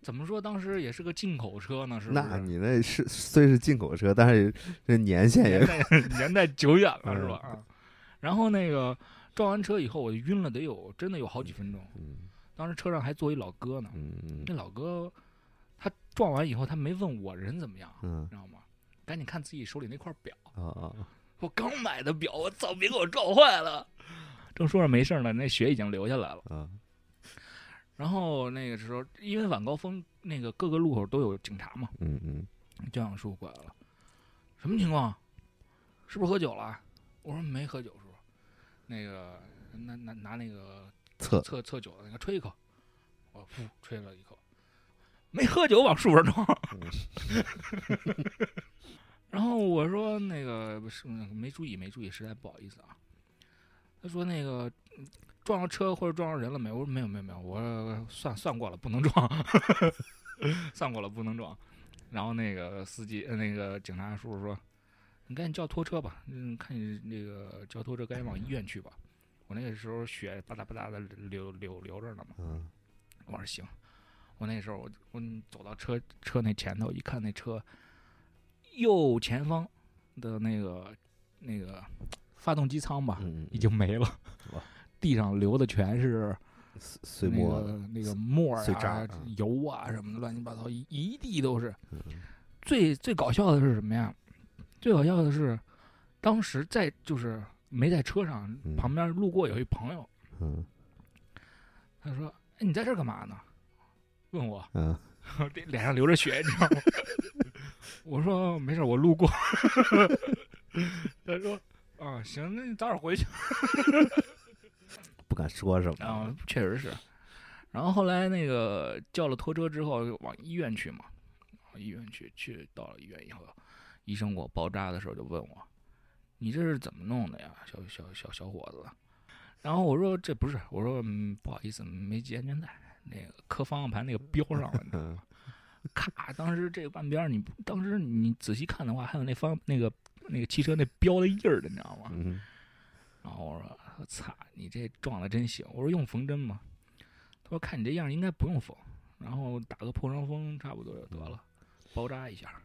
怎么说？当时也是个进口车呢，是不是？
那你那是虽是进口车，但是这年限
年
也
代年代久远了，
嗯
是吧？啊。然后那个撞完车以后，我就晕了，得有真的有好几分钟。
嗯
当时车上还坐一老哥呢，
嗯
那老哥他撞完以后，他没问我人怎么样，
嗯
知道吗？赶紧看自己手里那块表，
啊啊，
我刚买的表，我操，别给我撞坏了。正说着没事儿呢，那血已经流下来了。
啊，
然后那个时候，因为晚高峰那个各个路口都有警察嘛，
嗯嗯
教养叔过来了，什么情况？是不是喝酒了？我说没喝酒，叔。那个拿拿拿那个
测
测测酒的那个吹一口，我噗吹了一口，没喝酒往树上撞。 [LAUGHS] 然后我说那个是没注意没注意，实在不好意思啊。他说那个嗯撞上车或者撞上人了没？我说没有没有没有，我说算算过了，不能撞， [LAUGHS] 算过了不能撞。然后那个司机呃那个警察叔叔说：“你赶紧叫拖车吧，嗯，看你那个叫拖车，赶紧往医院去吧。”我那个时候血吧嗒吧嗒的流流流着呢嘛。
嗯
我说行，我那时候我我走到车车那前头一看，那车右前方的那个那个发动机舱吧，
嗯，
已经没了
哇，
地上流的全是
碎
那
末
个那个沫儿
碎渣
啊
儿、嗯
油啊什么的，乱七八糟一一地都是。
嗯
最最搞笑的是什么呀？最搞笑的是，当时在就是没在车上
嗯，
旁边路过有一朋友，
嗯
他说：“哎，你在这儿干嘛呢？”问我，
嗯，
这 [LAUGHS] 脸上流着血，你知道吗？ [LAUGHS] 我说没事儿，我路 [LAUGHS] 过。他说：“啊，行，那你早点回去。
不敢说什”
然后
么，
啊确实是，然后后来那个叫了拖车之后，往医院去嘛，往医院去，去到了医院以后，医生给我包扎的时候就问我：“你这是怎么弄的呀，小小小小伙子？”然后我说：“这不是，我说、嗯、不好意思，没系安全带，那个磕方向盘那个标上了，你知道
嗯
吗咔，当时这个半边儿你不当时你仔细看的话，还有那方那个那个汽车那标的印儿的，你知道吗？
嗯
然后我说，我操，你这撞的真行。我说用缝针吗？他说看你这样儿应该不用缝，然后打个破伤风差不多就得了，包扎一下儿。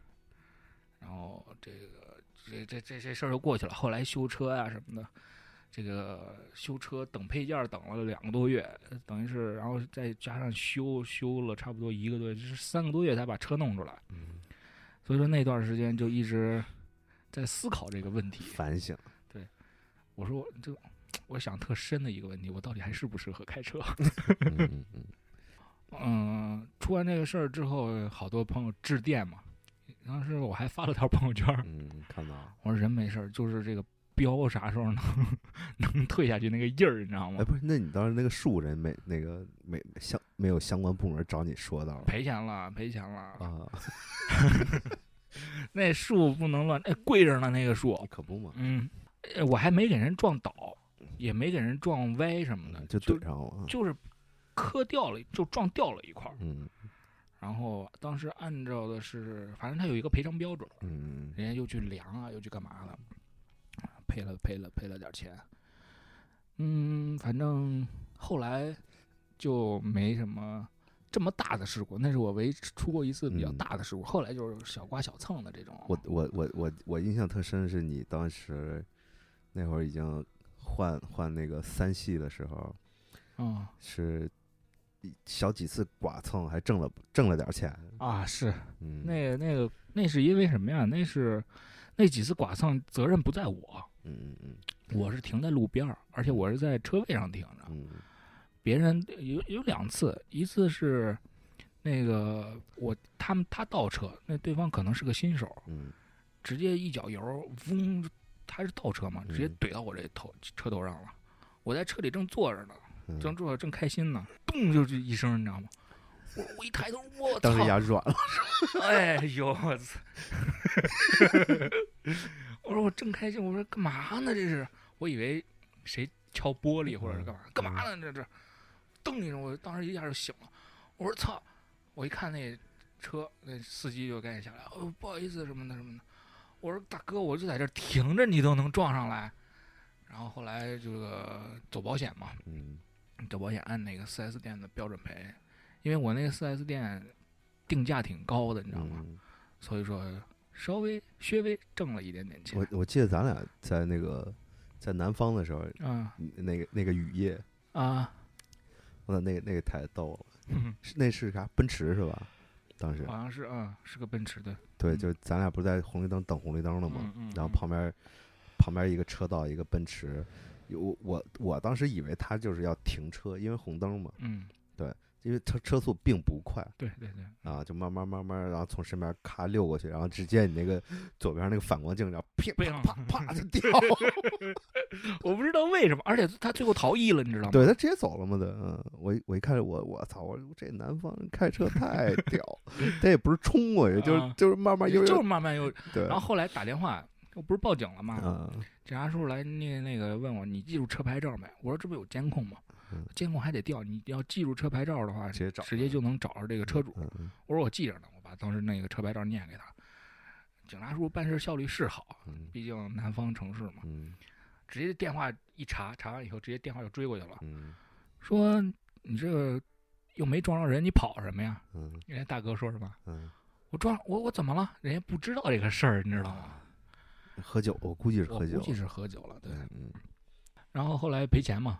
然后这个这这这这事儿就过去了。后来修车啊什么的，这个修车等配件儿等了两个多月，等于是然后再加上修修了差不多一个多月，就是三个多月才把车弄出来。
嗯，
所以说那段时间就一直在思考这个问题。
反省，
我说我这，我想特深的一个问题，我到底还适不适合开车？
[LAUGHS]
[LAUGHS]
嗯嗯嗯
嗯，出完这个事儿之后，好多朋友致电嘛，当时我还发了条朋友圈儿，
嗯，看到了，
我说人没事儿，就是这个标啥时候能 [LAUGHS] 能退下去那个印儿，你知道吗
哎，？不是，那你当时那个树人没那个没相没有相关部门找你说到了
赔钱了，赔钱了。
啊？
那树不能乱，哎，跪着呢，那个树。
可不嘛，
嗯，哎我还没给人撞倒，也没给人撞歪什么的，
就
嗯就
怼上了啊。
就是磕掉了，就撞掉了一块儿。
嗯
然后当时按照的是，反正他有一个赔偿标准，
嗯
人家又去量啊，又去干嘛的，赔了赔了赔了点钱。嗯，反正后来就没什么这么大的事故，那是我唯出过一次比较
嗯
大的事故。后来就是小刮小蹭的这种。
我我我我我印象特深是你当时那会儿已经换换那个三系的时候，
嗯
是一小几次剐蹭，还挣了挣了点儿钱。
啊是
嗯，
那个那个那是因为什么呀？那是那几次剐蹭责任不在我，
嗯嗯嗯
我是停在路边儿，而且我是在车位上停着。
嗯
别人有有两次，一次是那个我他们他倒车，那对方可能是个新手，
嗯
直接一脚油，嗡，他是倒车嘛，
嗯
直接怼到我这头车头上了。我在车里正坐着呢，
嗯，
正坐着正开心呢，咚就是一声，你知道吗？我我一抬头，我
当时
操！
牙软了。
哎呦我操！ [LAUGHS] 我说我正开心，我说干嘛呢？这是我以为谁敲玻璃或者是干嘛？干嘛呢？这这，噔一声，我当时一下就醒了。我说操！我一看那车，那司机就赶紧下来，哦，不好意思什么的什么的。我说大哥，我就在这儿停着，你都能撞上来。然后后来这个走保险嘛，
嗯
走保险按那个 4S 店的标准赔，因为我那个 4S 店定价挺高的，你知道吗？
嗯，
所以说稍微稍微挣了一点点钱
我。我记得咱俩在那个在南方的时候，
嗯
那个那个雨夜，
啊，
我操，那个那个太逗了。
嗯
是那是啥？奔驰是吧？当时
好像是嗯，是个奔驰的。
对，
嗯
就是咱俩不是在红绿灯等红绿灯了吗？
嗯嗯
然后
嗯
旁边旁边一个车道，一个奔驰。有我我我当时以为他就是要停车，因为红灯嘛，
嗯，
因为他车速并不快
对对 [LAUGHS] 对，
啊，就慢慢慢慢，然后从身边咔溜过去，然后直接你那个左边那个反光镜，然后啪
不
啪
要
啪
[LAUGHS]
啪就掉，
我不知道为什么，而且他最后逃逸了，你知道吗？
[LAUGHS] 对他直接走了嘛的，嗯，我一我一看我我操，我说这南方人开车太屌，他也不是冲过去，就是
啊
就是慢慢悠
就
悠
是，慢慢又，
对
然后，后来打电话，我不是报警了吗？
啊，
警察叔叔来那那个问我，你记住车牌照没？我说这不有监控吗
嗯？
监控还得调，你要记住车牌照的话，
直接找
直接就能找着这个车主。
嗯嗯
我说我记着呢，我把当时那个车牌照念给他。警察叔叔办事效率是好，
嗯
毕竟南方城市嘛，
嗯
直接电话一查，查完以后直接电话就追过去了，
嗯
说你这个又没撞着人，你跑什么呀？
嗯
人家大哥说什么？
嗯，
我撞我我怎么了？人家不知道这个事儿，你知道吗？
喝酒，我估计是
我
喝酒
估，计啊是喝酒了，对。
嗯嗯
然后后来赔钱嘛，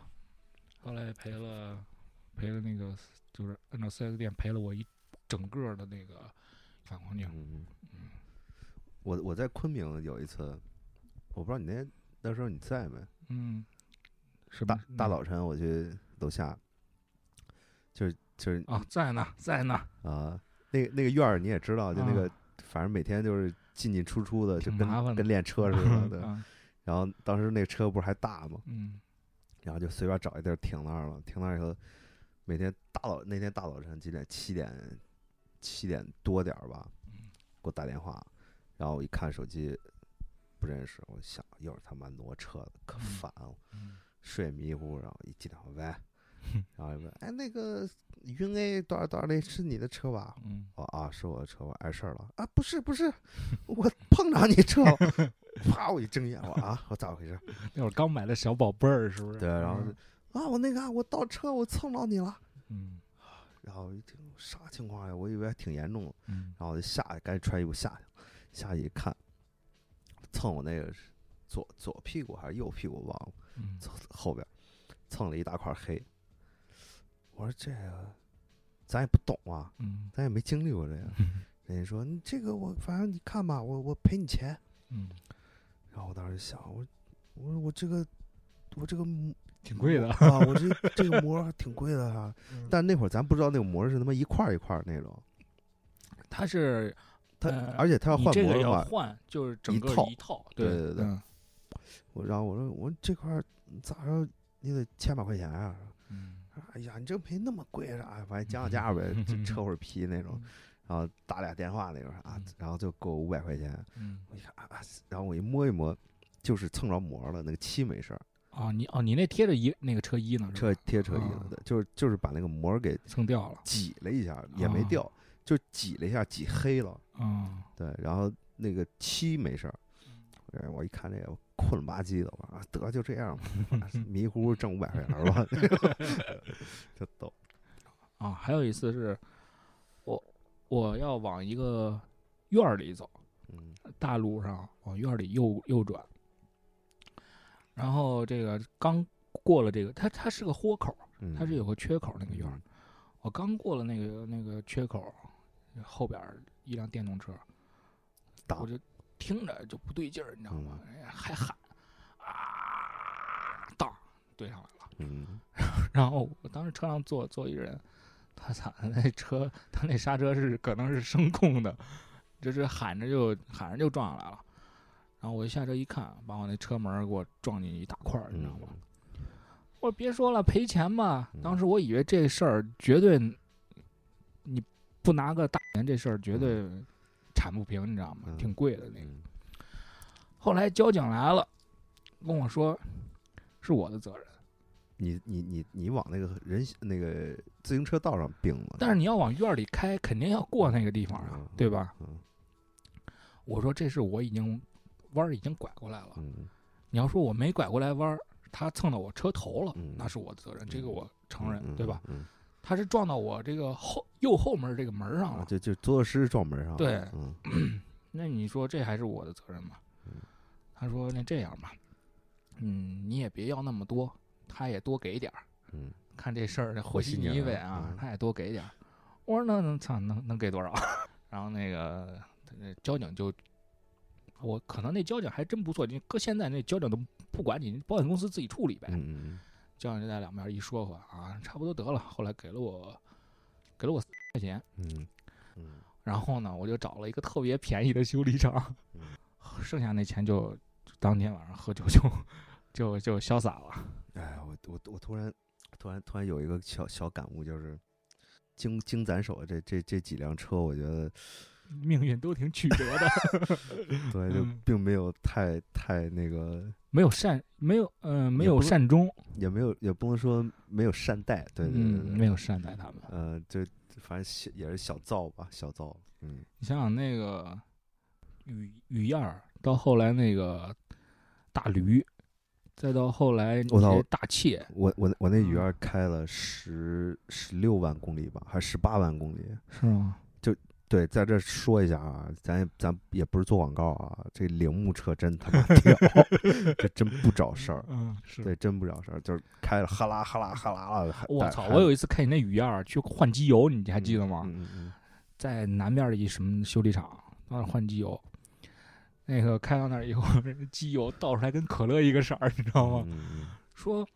后来赔了赔了那个就是按照 4S 店赔了我一整个的那个反光镜，
嗯嗯，我我在昆明有一次，我不知道你那那时候你在没？
嗯，是
大
吧？
大
嗯
早晨我去楼下，就是就是
啊，在呢，在 [LAUGHS] 呢，
啊，那个那个院儿你也知道，就那
啊
个，反正每天就是进进出出的，就
挺
跟
麻烦的
跟练车似
[LAUGHS]
的。对，
啊
然后当时那个车不是还大嘛，
嗯
然后就随便找一地儿停那儿了。停那儿以后，每天大早那天大早晨几点？七点七点多点儿吧，给我打电话，然后我一看手机不认识，我想又是他妈挪车的，可
嗯
烦了。
嗯
睡迷糊，然后一接电话喂，然后就问哎那个云 A 多少多少那是你的车吧？
嗯，
我啊，是我的车，我碍事儿了啊！不是不是，我碰着你车了，啪！我一睁眼，我啊，我咋回事？
[LAUGHS] 那会儿刚买的小宝贝儿是不是？
对，然后就啊，我那个啊我倒车，我蹭到你了。
嗯
然后一听啥情况呀？我以为还挺严重的，
嗯
然后我就下去，赶紧穿衣服下去了。下去一看，蹭我那个是左左屁股还是右屁股忘了，
嗯
蹭后边蹭了一大块黑。我说这个咱也不懂啊，
嗯
咱也没经历过这个。人家说你这个我反正你看吧，我我赔你钱。
嗯，
然后我当时想，我我说我这个我这个膜
挺贵的，
[LAUGHS] 啊，我这这个膜儿挺贵的哈、
嗯
但那会儿咱不知道那个膜儿是他妈一块儿一块儿那种，
它是
他、
呃
而且他要
你
换
这
膜
个
的
要
话，
换，就是整
一
个
套
一套，
对对对
嗯
我然后我说我这块儿咋着也得千把块钱啊。
嗯，
哎呀，你这赔那么贵啥？反正讲讲价呗，
[LAUGHS]
就扯会儿皮那种。然后打俩电话那种啊
嗯，
[LAUGHS] 然后就给我五百块钱。
嗯，
我一看啊，啊然后我一摸一摸，就是蹭着膜了，那个漆没事儿，
哦，你哦，你那贴着一那个车衣呢，是吧
车贴车衣了
啊
的，就是就是把那个膜给
蹭掉了，
挤了一下，也没
哦
掉，就挤了一下，挤黑了。
嗯，
对，然后那个漆没事儿。哎我一看这个困了吧唧的，我说啊得就这样吧，迷糊糊挣五百块钱吧， [LAUGHS] 就逗。
啊，还有一次是，我我要往一个院儿里走，
嗯
大路上往院儿里右右转，然后这个刚过了这个，它它是个豁口，
嗯，
它是有个缺口那个院儿，我刚过了那个那个缺口，后边儿一辆电动车，
打嗯
我就听着就不对劲儿，你知道吗？哎呀还喊啊，当对上了。
嗯，
然后我当时车上坐坐一人，他操，那车他那刹车是可能是声控的，就是喊着就喊着就撞上来了。然后我一下车一看，把我那车门儿给我撞进一大块儿，你知道吗？
嗯
我说别说了，赔钱吧。当时我以为这事儿绝对，你不拿个大钱，这事儿绝对铲不平，你知道吗？
嗯
挺贵的那个。
嗯？
后来交警来了，跟我说是我的责任。
你你你你往那个人行那个自行车道上并了，
但是你要往院儿里开，肯定要过那个地方啊
嗯，
对吧？
嗯
我说这是我已经弯儿已经拐过来了。
嗯
你要说我没拐过来弯儿，他蹭到我车头了
嗯，
那是我的责任，这个我承
嗯
认，对吧？？
嗯，
他是撞到我这个后右后门儿这个门儿上
啊，
了，
就就作诗撞门上了，
对
嗯
那你说这还是我的责任吗
嗯？
他说那这样吧，嗯，你也别要那么多，他也多给点儿，
嗯
看这事儿和
和稀
稀
泥
泥
儿
呗啊
嗯，
他也多给点儿。我说那能操能能给多少？ [LAUGHS] 然后那个那交警就，我可能那交警还真不错，你搁现在那交警都不管你，保险公司自己处理呗。
嗯
交警就在两边一说话啊，差不多得了。后来给了我给了我块钱，
嗯嗯
然后呢，我就找了一个特别便宜的修理厂
嗯，
剩下那钱就就当天晚上喝酒就就就潇洒了。
嗯，哎，我我我突然突然突然有一个小小感悟，就是经经咱手的这这这几辆车，我觉
[LAUGHS]
得
命运都挺曲折的， [LAUGHS]
对，就
嗯
并没有太太那个，
没有善，没有嗯，没
也
有
不是
善终，
也没有也不能说没有善待，对对对
嗯，没
对，
有善待他们。
呃，就反正小也是小造吧，小造，嗯
你想想那个雨雨燕儿，到后来那个大驴，再到后来
我操
那些大切，
我我我那
嗯
鱼儿开了十十六万公里吧，还是十八万公里？
是吗？
对，在这儿说一下啊，咱也咱也不是做广告啊，这铃木车真他妈 [LAUGHS] 屌，这真不找事儿，
嗯，是
对，真不找事儿，就是开了哈啦哈啦哈啦了。还
我
带
操！
还
我有一次看你那雨燕儿去换机油，你还记得吗？
嗯嗯
在南边的一什么修理厂，到那儿换机油。那个开到那儿以后， [LAUGHS] 机油倒出来跟可乐一个色儿，你知道
嗯
吗？
嗯
说，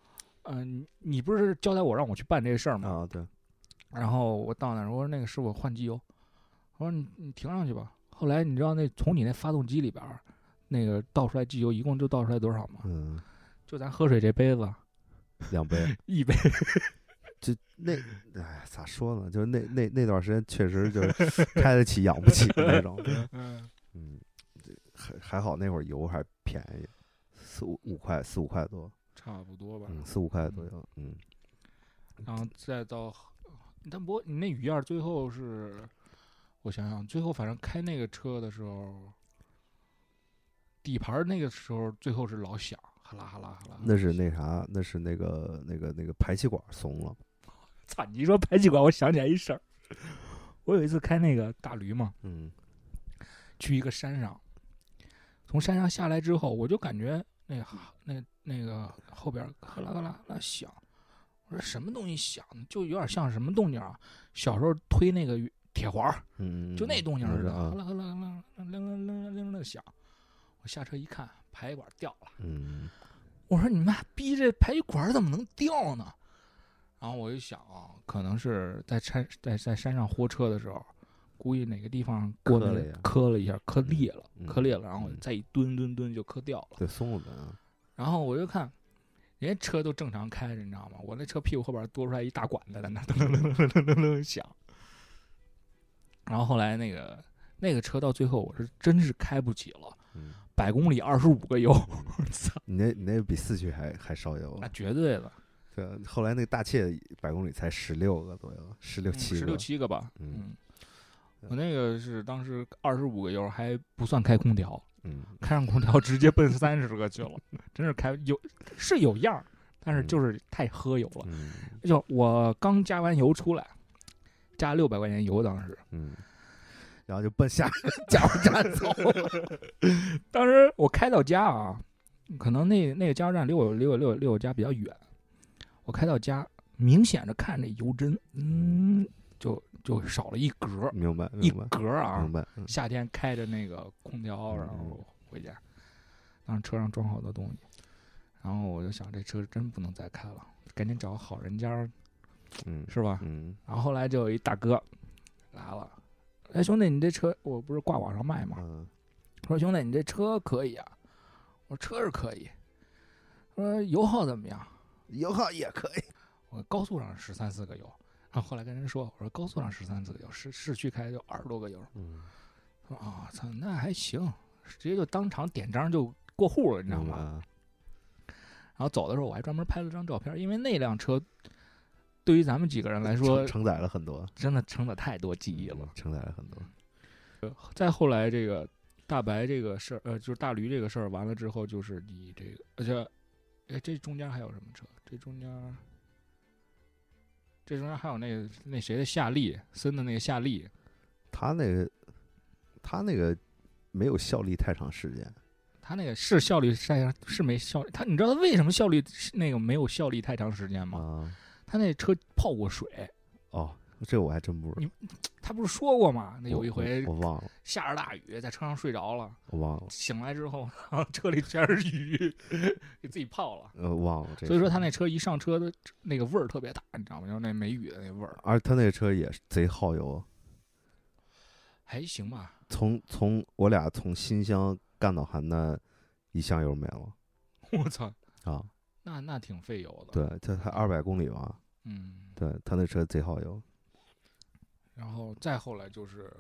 嗯、你你不是交代我让我去办这个事儿
嗯
吗？
啊，对，
然后我到那儿，我说那个师傅换机油，我说你你停上去吧。后来你知道那从你那发动机里边儿，那个倒出来机油一共就倒出来多少吗？
嗯，
就咱喝水这杯子
两杯，
一杯，
就那，哎，咋说呢？就是那那那段时间确实就是
[LAUGHS]
开得起养不起的那种，
嗯，
嗯，还还好那会儿油还便宜，四五五块四五块多，
差不多吧。
嗯，四五块左右，嗯，
然后再到，但不过你那雨燕儿最后是，我想想，最后反正开那个车的时候，底盘儿那个时候最后是老响，哈啦哈啦哈啦。
那是那啥，那是那个那个那个排气管怂了，
[LAUGHS] 操！你一说排气管，我想起来一事儿。 [LAUGHS] 我有一次开那个大驴嘛，
嗯
去一个山上，从山上下来之后，我就感觉那个哈那那个后边哈啦哈啦哈啦响，我说什么东西响，就有点像什么动静啊？小时候推那个铁环儿，
嗯，
就那动静似的，
啊
哈，啦哈啦哈啦铃铃铃铃的响。我下车一看，排管掉了。
嗯
我说你妈逼，这排管怎么能掉呢？然后我就想啊，可能是在山在在山上豁车的时候，估计哪个地方过
磕
那
了
个
一下
磕了一下，磕裂了，
嗯
磕裂了，然后
嗯
再一蹲蹲蹲就磕掉了。
对松了呗啊，
然后我就看，人家车都正常开着，你知道吗？我那车屁股后边多出来一大管子，在那噔噔噔噔噔噔噔响。然后后来那个那个车到最后，我是真是开不起了，
嗯，
百公里二十五个油，
哦
我操，
你那你那比四驱还还烧油啊
那，绝对的，
对啊，后来那个大切百公里才十六个左右，十六七
嗯十六
个，
七个吧，
嗯
嗯。我那个是当时二十五个油，还不算开空调，
嗯，
开上空调直接奔三十个去了，真是开有是有样儿，但是就是太喝油了。
嗯
就我刚加完油出来，加六百块钱油，当时 [LAUGHS]
嗯，然后就奔下
加油站走了。 [LAUGHS] 当时我开到家啊，可能那那个加油站离我离我离我离我家比较远，我开到家，明显的看这油针，嗯，就就少了一格儿，
明白
一
明白
格儿啊
明，白，嗯
夏天开着那个空调，
嗯
然后回家，当时车上装好多东西，然后我就想这车真不能再开了，赶紧找个好人家儿
嗯
是吧？
嗯
然后后来就有一大哥来了，哎兄弟，你这车我不是挂网上卖吗？
嗯
说兄弟，你这车可以啊，我说车是可以，说油耗怎么样？
油耗也可以，
我高速上十三四个油，然后后来跟人说，我说高速上十三四个油，市市区开就二十多个油。
嗯，
说啊，操，那还行，直接就当场点章就过户了，你知道吗？
吗？
然后走的时候我还专门拍了张照片，因为那辆车对于咱们几个人来
嗯
说
承，承载了很多，
真的承载太多记忆
嗯
了。
承载了很多，
再后来这个大白这个事儿，呃，就是大驴这个事儿完了之后，就是你这个，而且，哎，这中间还有什么车？这中间，这中间还有那个那谁的夏利森的那个夏利，
他那个他那个没有效力太长时间，
他那个是效率太是没效率，他你知道他为什么效率那个没有效力太长时间吗？
啊，
他那车泡过水，
哦，这我还真不知道，
你他不是说过吗？那有一
我
回
我我忘了，
下着大雨，在车上睡着了，
我忘了，
醒来之后， [LAUGHS] 然后车里全是雨， [LAUGHS] 给自己泡了。
呃，忘了这个事儿。
所以说他那车一上车的那个味儿特别大，你知道吗？就是那没雨的那味儿，
而他那个车也是贼耗油，
还行吧。
从从我俩从新乡干到邯郸，一箱油没了
我操，
啊！
那那挺费油的。，
对，这才二百公里吧？
嗯，
对他那车贼耗油，
然后再后来就是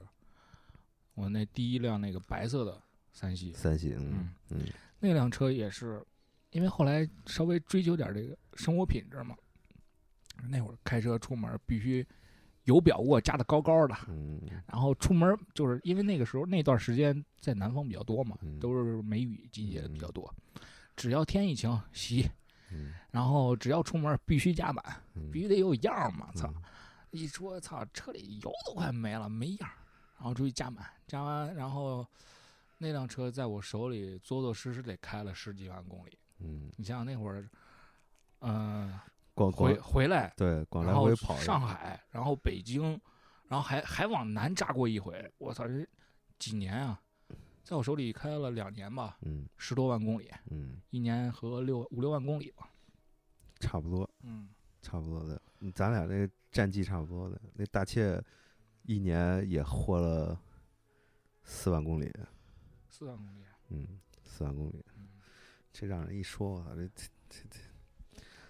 我那第一辆那个白色的三系，
三系，嗯
嗯
嗯
那辆车也是，因为后来稍微追求点这个生活品质嘛，那会儿开车出门必须油表给我加的高高的，
嗯
然后出门就是因为那个时候那段时间在南方比较多嘛
嗯，
都是梅雨季节比较多，只要天一晴洗，
嗯
然后只要出门必须加满，
嗯，
必须得有样儿嘛，操！
嗯
一说操，车里油都快没了，没样儿，然后出去加满，加完然后那辆车在我手里做做实实得开了十几万公里。
嗯，
你想想那会儿，嗯、
广广
回回来，
对广来
然后
回跑一
上海，然后北京，然后还还往南扎过一回。我操，这几年啊，在我手里开了两年吧，
嗯
十多万公里，
嗯，
一年和六五六万公里吧。
差不多
嗯，
差不多的，嗯咱俩那个战绩差不多的，那大切一年也豁了四万公里，
四万公里。啊
嗯，四万公里，
嗯
这让人一说，我操这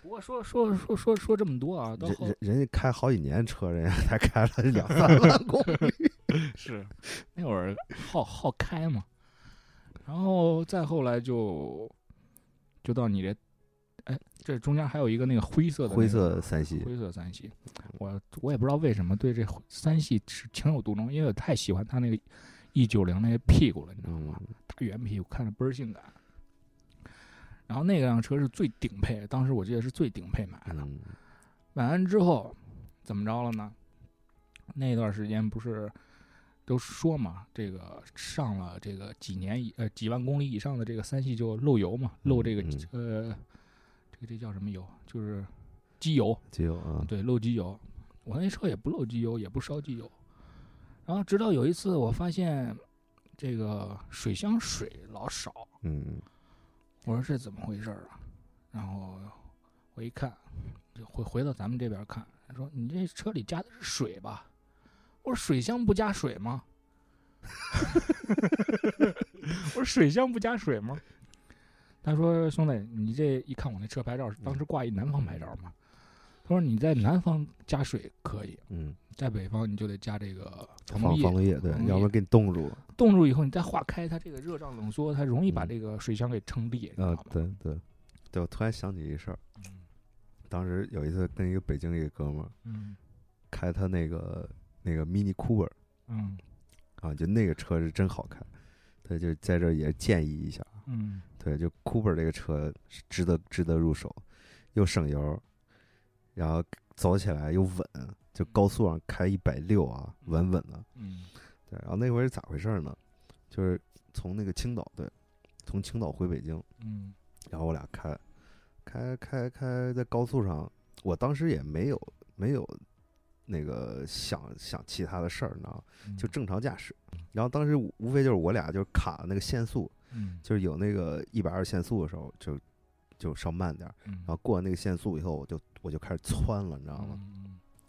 不过说说说说说这么多啊，到
人
后
人人家开好几年车，人家才开了两三万公里。
是 [LAUGHS] 那会儿好好开嘛，然后再后来就就到你这，哎，这中间还有一个那个灰色的那
灰
个
色三系，
灰色三系，我我也不知道为什么对这灰三系是情有独钟，因为我太喜欢它那个一九零那个屁股了，你知道
嗯
吗？大圆屁股看着倍儿性感。然后那辆车是最顶配，当时我记得是最顶配买的。
嗯
买完之后怎么着了呢？那段时间不是都说嘛，这个上了这个几年以呃几万公里以上的这个三系就漏油嘛，漏这个、呃这个这叫什么油？就是机油，
机油啊，
对，漏机油。我那车也不漏机油，也不烧机油。然后直到有一次我发现这个水箱水老少，
嗯
我说这怎么回事儿啊？然后我一看，就回回到咱们这边看，他说你这车里加的是水吧？我说水箱不加水吗？ [LAUGHS] 我说水箱不加水吗？他说：“兄弟，你这一看我那车
嗯
牌照，当时挂一南方牌照嘛。”他说：“你在南方加水可以，
嗯，
在北方你就得加这个
放
防冻
防。
液
液，对
防，
要不
液
然给你冻住了。
冻住以后，你再化开，它这个热胀冷缩，它容易把
嗯
这个水箱给撑裂，你知道
啊
吗，？
对对，对，我突然想起一事儿，当时有一次跟一个北京一个哥们儿
嗯
开他那个那个 Mini Cooper
嗯
啊，就那个车是真好开，对，就在这儿也建议一下，
嗯
对，就 Cooper 这个车是值得值得入手，又省油，然后走起来又稳，就高速上开一百六啊，稳稳的。
嗯
对，然后那回是咋回事儿呢？就是从那个青岛，对，从青岛回北京，
嗯
然后我俩开，开开开，在高速上，我当时也没有没有那个想想其他的事儿，你知道吗？
嗯，
就正常驾驶。然后当时无无非就是我俩就是卡那个限速，
嗯
就是有那个一百二限速的时候就就稍慢点儿，
嗯
然后过了那个限速以后，我就我就开始窜了，你知道吗？
嗯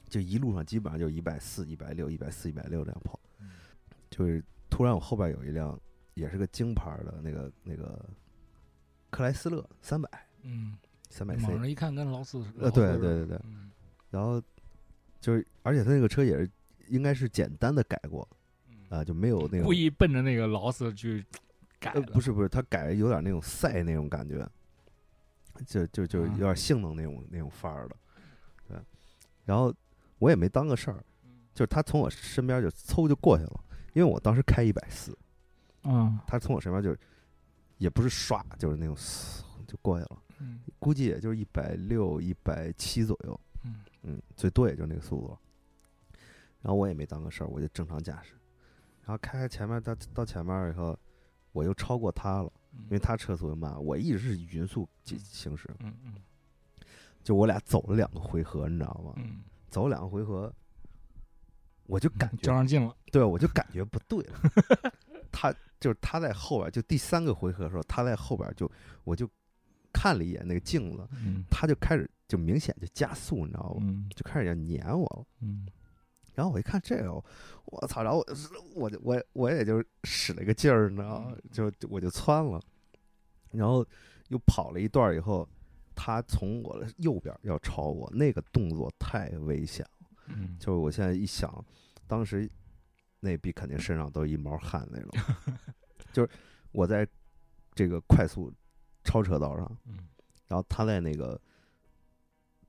就一路上基本上就一百四、一百六、一百四、一百六这样跑
嗯。
就是突然我后边有一辆也是个京牌儿的那个那个克莱斯勒三百
嗯，
三百
嗯
C，
网上一看跟劳斯
呃，对对，对对，
嗯
然后就是，而且他那个车也是，应该是简单的改过
嗯
啊、就没有那种
故意奔着那个劳斯去改
呃，
的，
不是不是，他改有点那种赛那种感觉，就就就有
啊
点性能那种那种范儿了，对。然后我也没当个事儿，
嗯
就是他从我身边就嗖就过去了，因为我当时开一百四，
嗯
他从我身边就是也不是唰，就是那种嗖就过去了。
嗯
估计也就是一百六、一百七左右，
嗯
最多也就那个速度。然后我也没当个事儿，我就正常驾驶。然后开前面到到前面以后，我又超过他
嗯
了，因为他车速又慢，我一直是匀速行行驶。
嗯嗯
就我俩走了两个回合，你知道吗？
嗯，
走了两个回合，我就感
较
觉
上劲了，
对，我就感觉不对了。 [LAUGHS] 他就是他在后边，就第三个回合的时候，他在后边就我就看了一眼那个镜子，
嗯
他就开始就明显就加速，你知道吗？
嗯
就开始要撵我了。
嗯
然后我一看这个，我操！然后我我就我我也就使了个劲儿，你知道吗？就就我就窜了，然后又跑了一段儿以后，他从我的右边要超我，那个动作太危险了。
嗯，
就是我现在一想，当时那逼肯定身上都一毛汗那种，就是我在这个快速超车道上，
嗯
然后他在那个，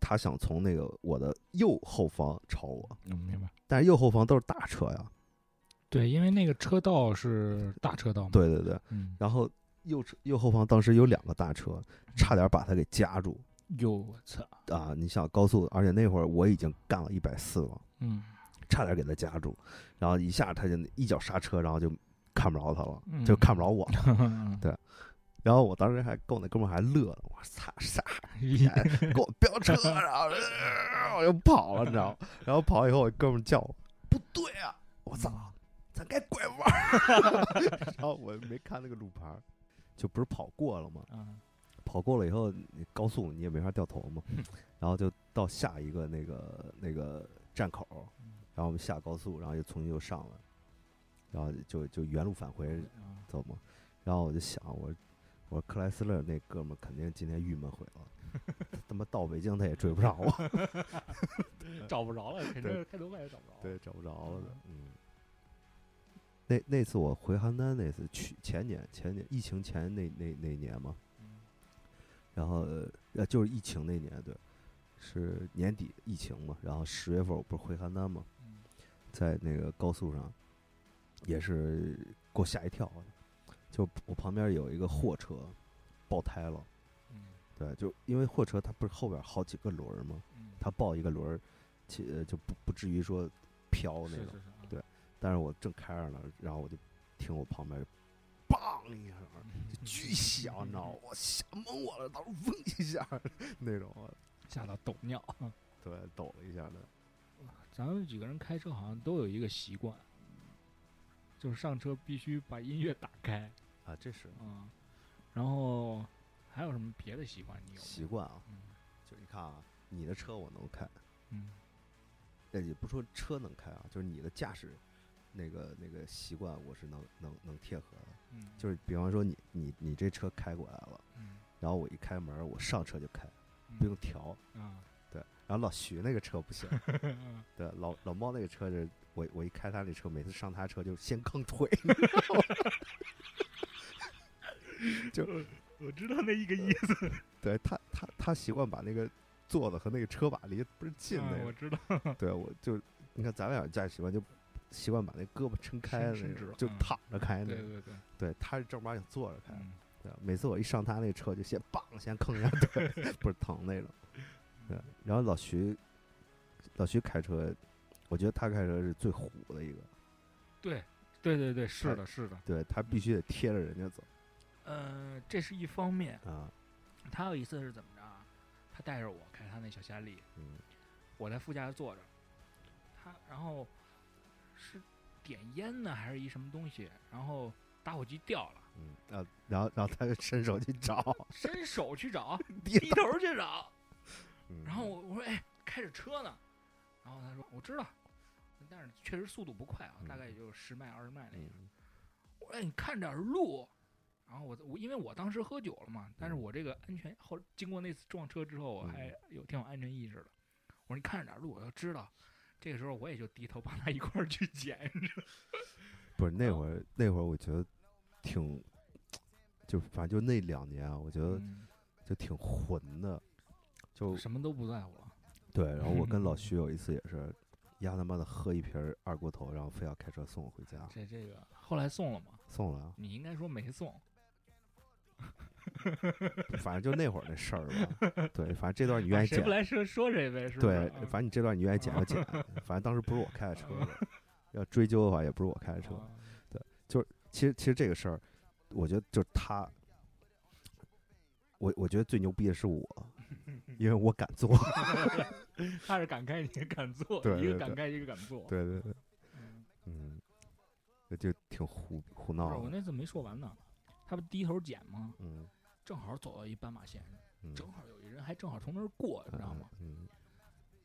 他想从那个我的右后方超我，
嗯，明白。
但是右后方都是大车呀，
对，因为那个车道是大车道嘛，，
对对对，
嗯，
然后右车右后方当时有两个大车，差点把他给夹住
哟，我操，
啊！你想高速，而且那会儿我已经干了一百四了，
嗯
差点给他夹住，然后一下他就一脚刹车，然后就看不着他了，
嗯
就看不着我了。
嗯，
然后我当时还跟我那哥们儿还乐呢，我说操傻给我飙车，然后、呃我就跑了，你知道吗？然后跑以后，我哥们儿叫我，不对啊，我操，
嗯
咱该拐弯儿。 [LAUGHS] 然后我没看那个路牌儿，就不是跑过了吗？
嗯
跑过了以后，你高速你也没法掉头嘛，然后就到下一个那个那个站口儿，然后我们下高速，然后又重新又上来，然后就就原路返回走嘛。然后我就想，我说我说克莱斯勒那哥们儿肯定今天郁闷毁了，他他妈到北京他也追不上我，
找不着了，肯
对
定开头外也找不着了，
[LAUGHS] 对，找不着了的。嗯，那那次我回邯郸那次，去前年前年疫情前那那那年嘛，
嗯，
然后呃就是疫情那年，对，是年底疫情嘛，然后十月份我不是回邯郸嘛，
嗯
在那个高速上也是给我吓一跳，就我旁边有一个货车爆胎了。
嗯
对，就因为货车它不是后边儿好几个轮儿吗？
嗯，
它爆一个轮儿，其呃就不不至于说飘那
是
种。
是是，啊
对但是我正开着呢，然后我就听我旁边儿“梆”一声，就巨响，你知道吗？我吓懵我了，当时嗡一下儿 [LAUGHS] 那种，
吓到抖尿。
对，抖了一下的。
[LAUGHS] 咱们几个人开车好像都有一个习惯，就是上车必须把音乐打开，
啊，这是
嗯，然后还有什么别的习惯你有吗？
习惯啊，
嗯
就是你看啊，你的车我能开，呃
嗯
但也不说车能开啊，就是你的驾驶那个那个习惯，我是能能能贴合的。
嗯，
就是比方说你你你这车开过来了，
嗯
然后我一开门，我上车就开，
嗯
不用调。
啊，
对，然后老徐那个车不
[LAUGHS]
行，对，老老猫那个车是，我我一开他那车，每次上他车就先蹬腿， [LAUGHS] 你知道吗
我知道那一
呃
个意思，
对他他他习惯把那个座子和那个车把离不是近那
啊
个，
我知道，
对我就你看咱俩驾驶习惯就习惯把那胳膊撑开的
伸
那
伸直
种
了，
就
嗯
躺着开那
对
种，
对对，
对，他是正儿八经坐着开，
嗯
对，每次我一上他那车就先梆先坑一下腿， [LAUGHS] 不是疼那种，对，然后老徐老徐开车，我觉得他开车是最虎的一个，
对对对对，是的，是的，
对他必须得贴着人家走
呃，这是一方面，
啊，
他有一次是怎么着啊？他带着我开他那小夏利，
嗯
我在副驾驶坐着，他然后是点烟呢还是一什么东西，然后打火机掉了，
嗯，然后然后然后他就伸手去找，
伸手
[LAUGHS]
去找，
低
低头去找，
嗯
然后我我说哎，开着车呢，然后他说我知道，但是确实速度不快啊，
嗯
大概也就十迈二十迈那种。
嗯
我说哎，你看点儿路。然后我我因为我当时喝酒了嘛，但是
嗯
我这个安全后经过那次撞车之后，我还有挺有安全意识的。我说你看着点儿路，我要知道。这个时候我也就低头帮他一块儿去 [LAUGHS] 捡，
不是那会儿那会儿我觉得挺，就反正就那两年啊，我觉
嗯
得就挺混的，就
什么都不在乎了。
对，然后我跟
[LAUGHS]
老徐有一次也是，丫他妈的喝一瓶儿二锅头，然后非要开车送我回家，
这这个后来送了吗？
送了，啊
你应该说没送。
反正就那会儿那事儿吧。对，反正这段你愿
啊
意
谁
剪
不，来说说谁呗，是不是
对，
啊
反正你这段你愿意剪就
[LAUGHS]
剪，反正当时不是我开的车，要追究的话也不是我开的车。
啊
其实其实这个事儿，我觉得就是他，我我觉得最牛逼的是我，
[LAUGHS]
因为我敢做。
他是敢开，你是敢做，
对对
一个敢
对
开，一个敢做。
对对对，
嗯，
嗯，那就挺胡胡
不是
闹
我
的，
那次没说完呢，他不低头捡吗？
嗯
正好走到一斑马线上，
嗯，
正好有一人还正好从那儿过，你知道吗？
嗯？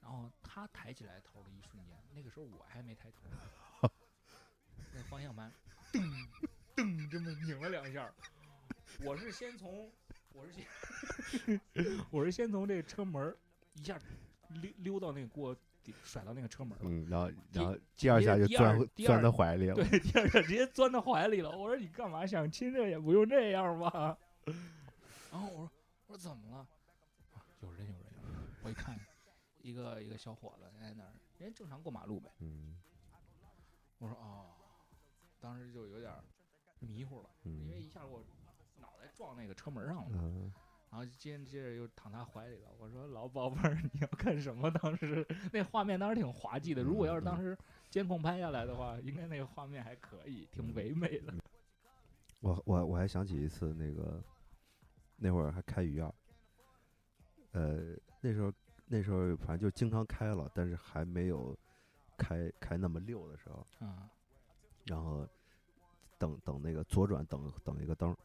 然后他抬起来头的一瞬间，那个时候我还没抬头，那方向盘噔噔这么拧了两下儿，我是先从我是先 [LAUGHS] 我是先从这车门儿一下溜溜到那个锅底，甩到那个车门儿了。
嗯嗯，然后
第
然后第二下就
第二
钻
第
钻
二
他怀里了，
对，第二下直接钻到怀里了。我说你干嘛想亲热也不用这样吧？然后我说我说怎么了？啊有人有人有人！我一看，一个一个小伙子在那儿，人家正常过马路呗。
嗯
我说哦，当时就有点儿迷糊了，因为
嗯
一下我脑袋撞那个车门上了，
嗯，
然后接着接着又躺他怀里了。我说老宝贝儿，你要干什么？当时那画面当时挺滑稽的，如果
嗯
要是当时监控拍下来的话，应该那个画面还可以，挺唯美的。
我我我还想起一次那个，那会儿还开鱼儿，呃，那时候那时候反正就经常开了，但是还没有开开那么溜的时候，
啊，
然后等等那个左转等等一个灯儿，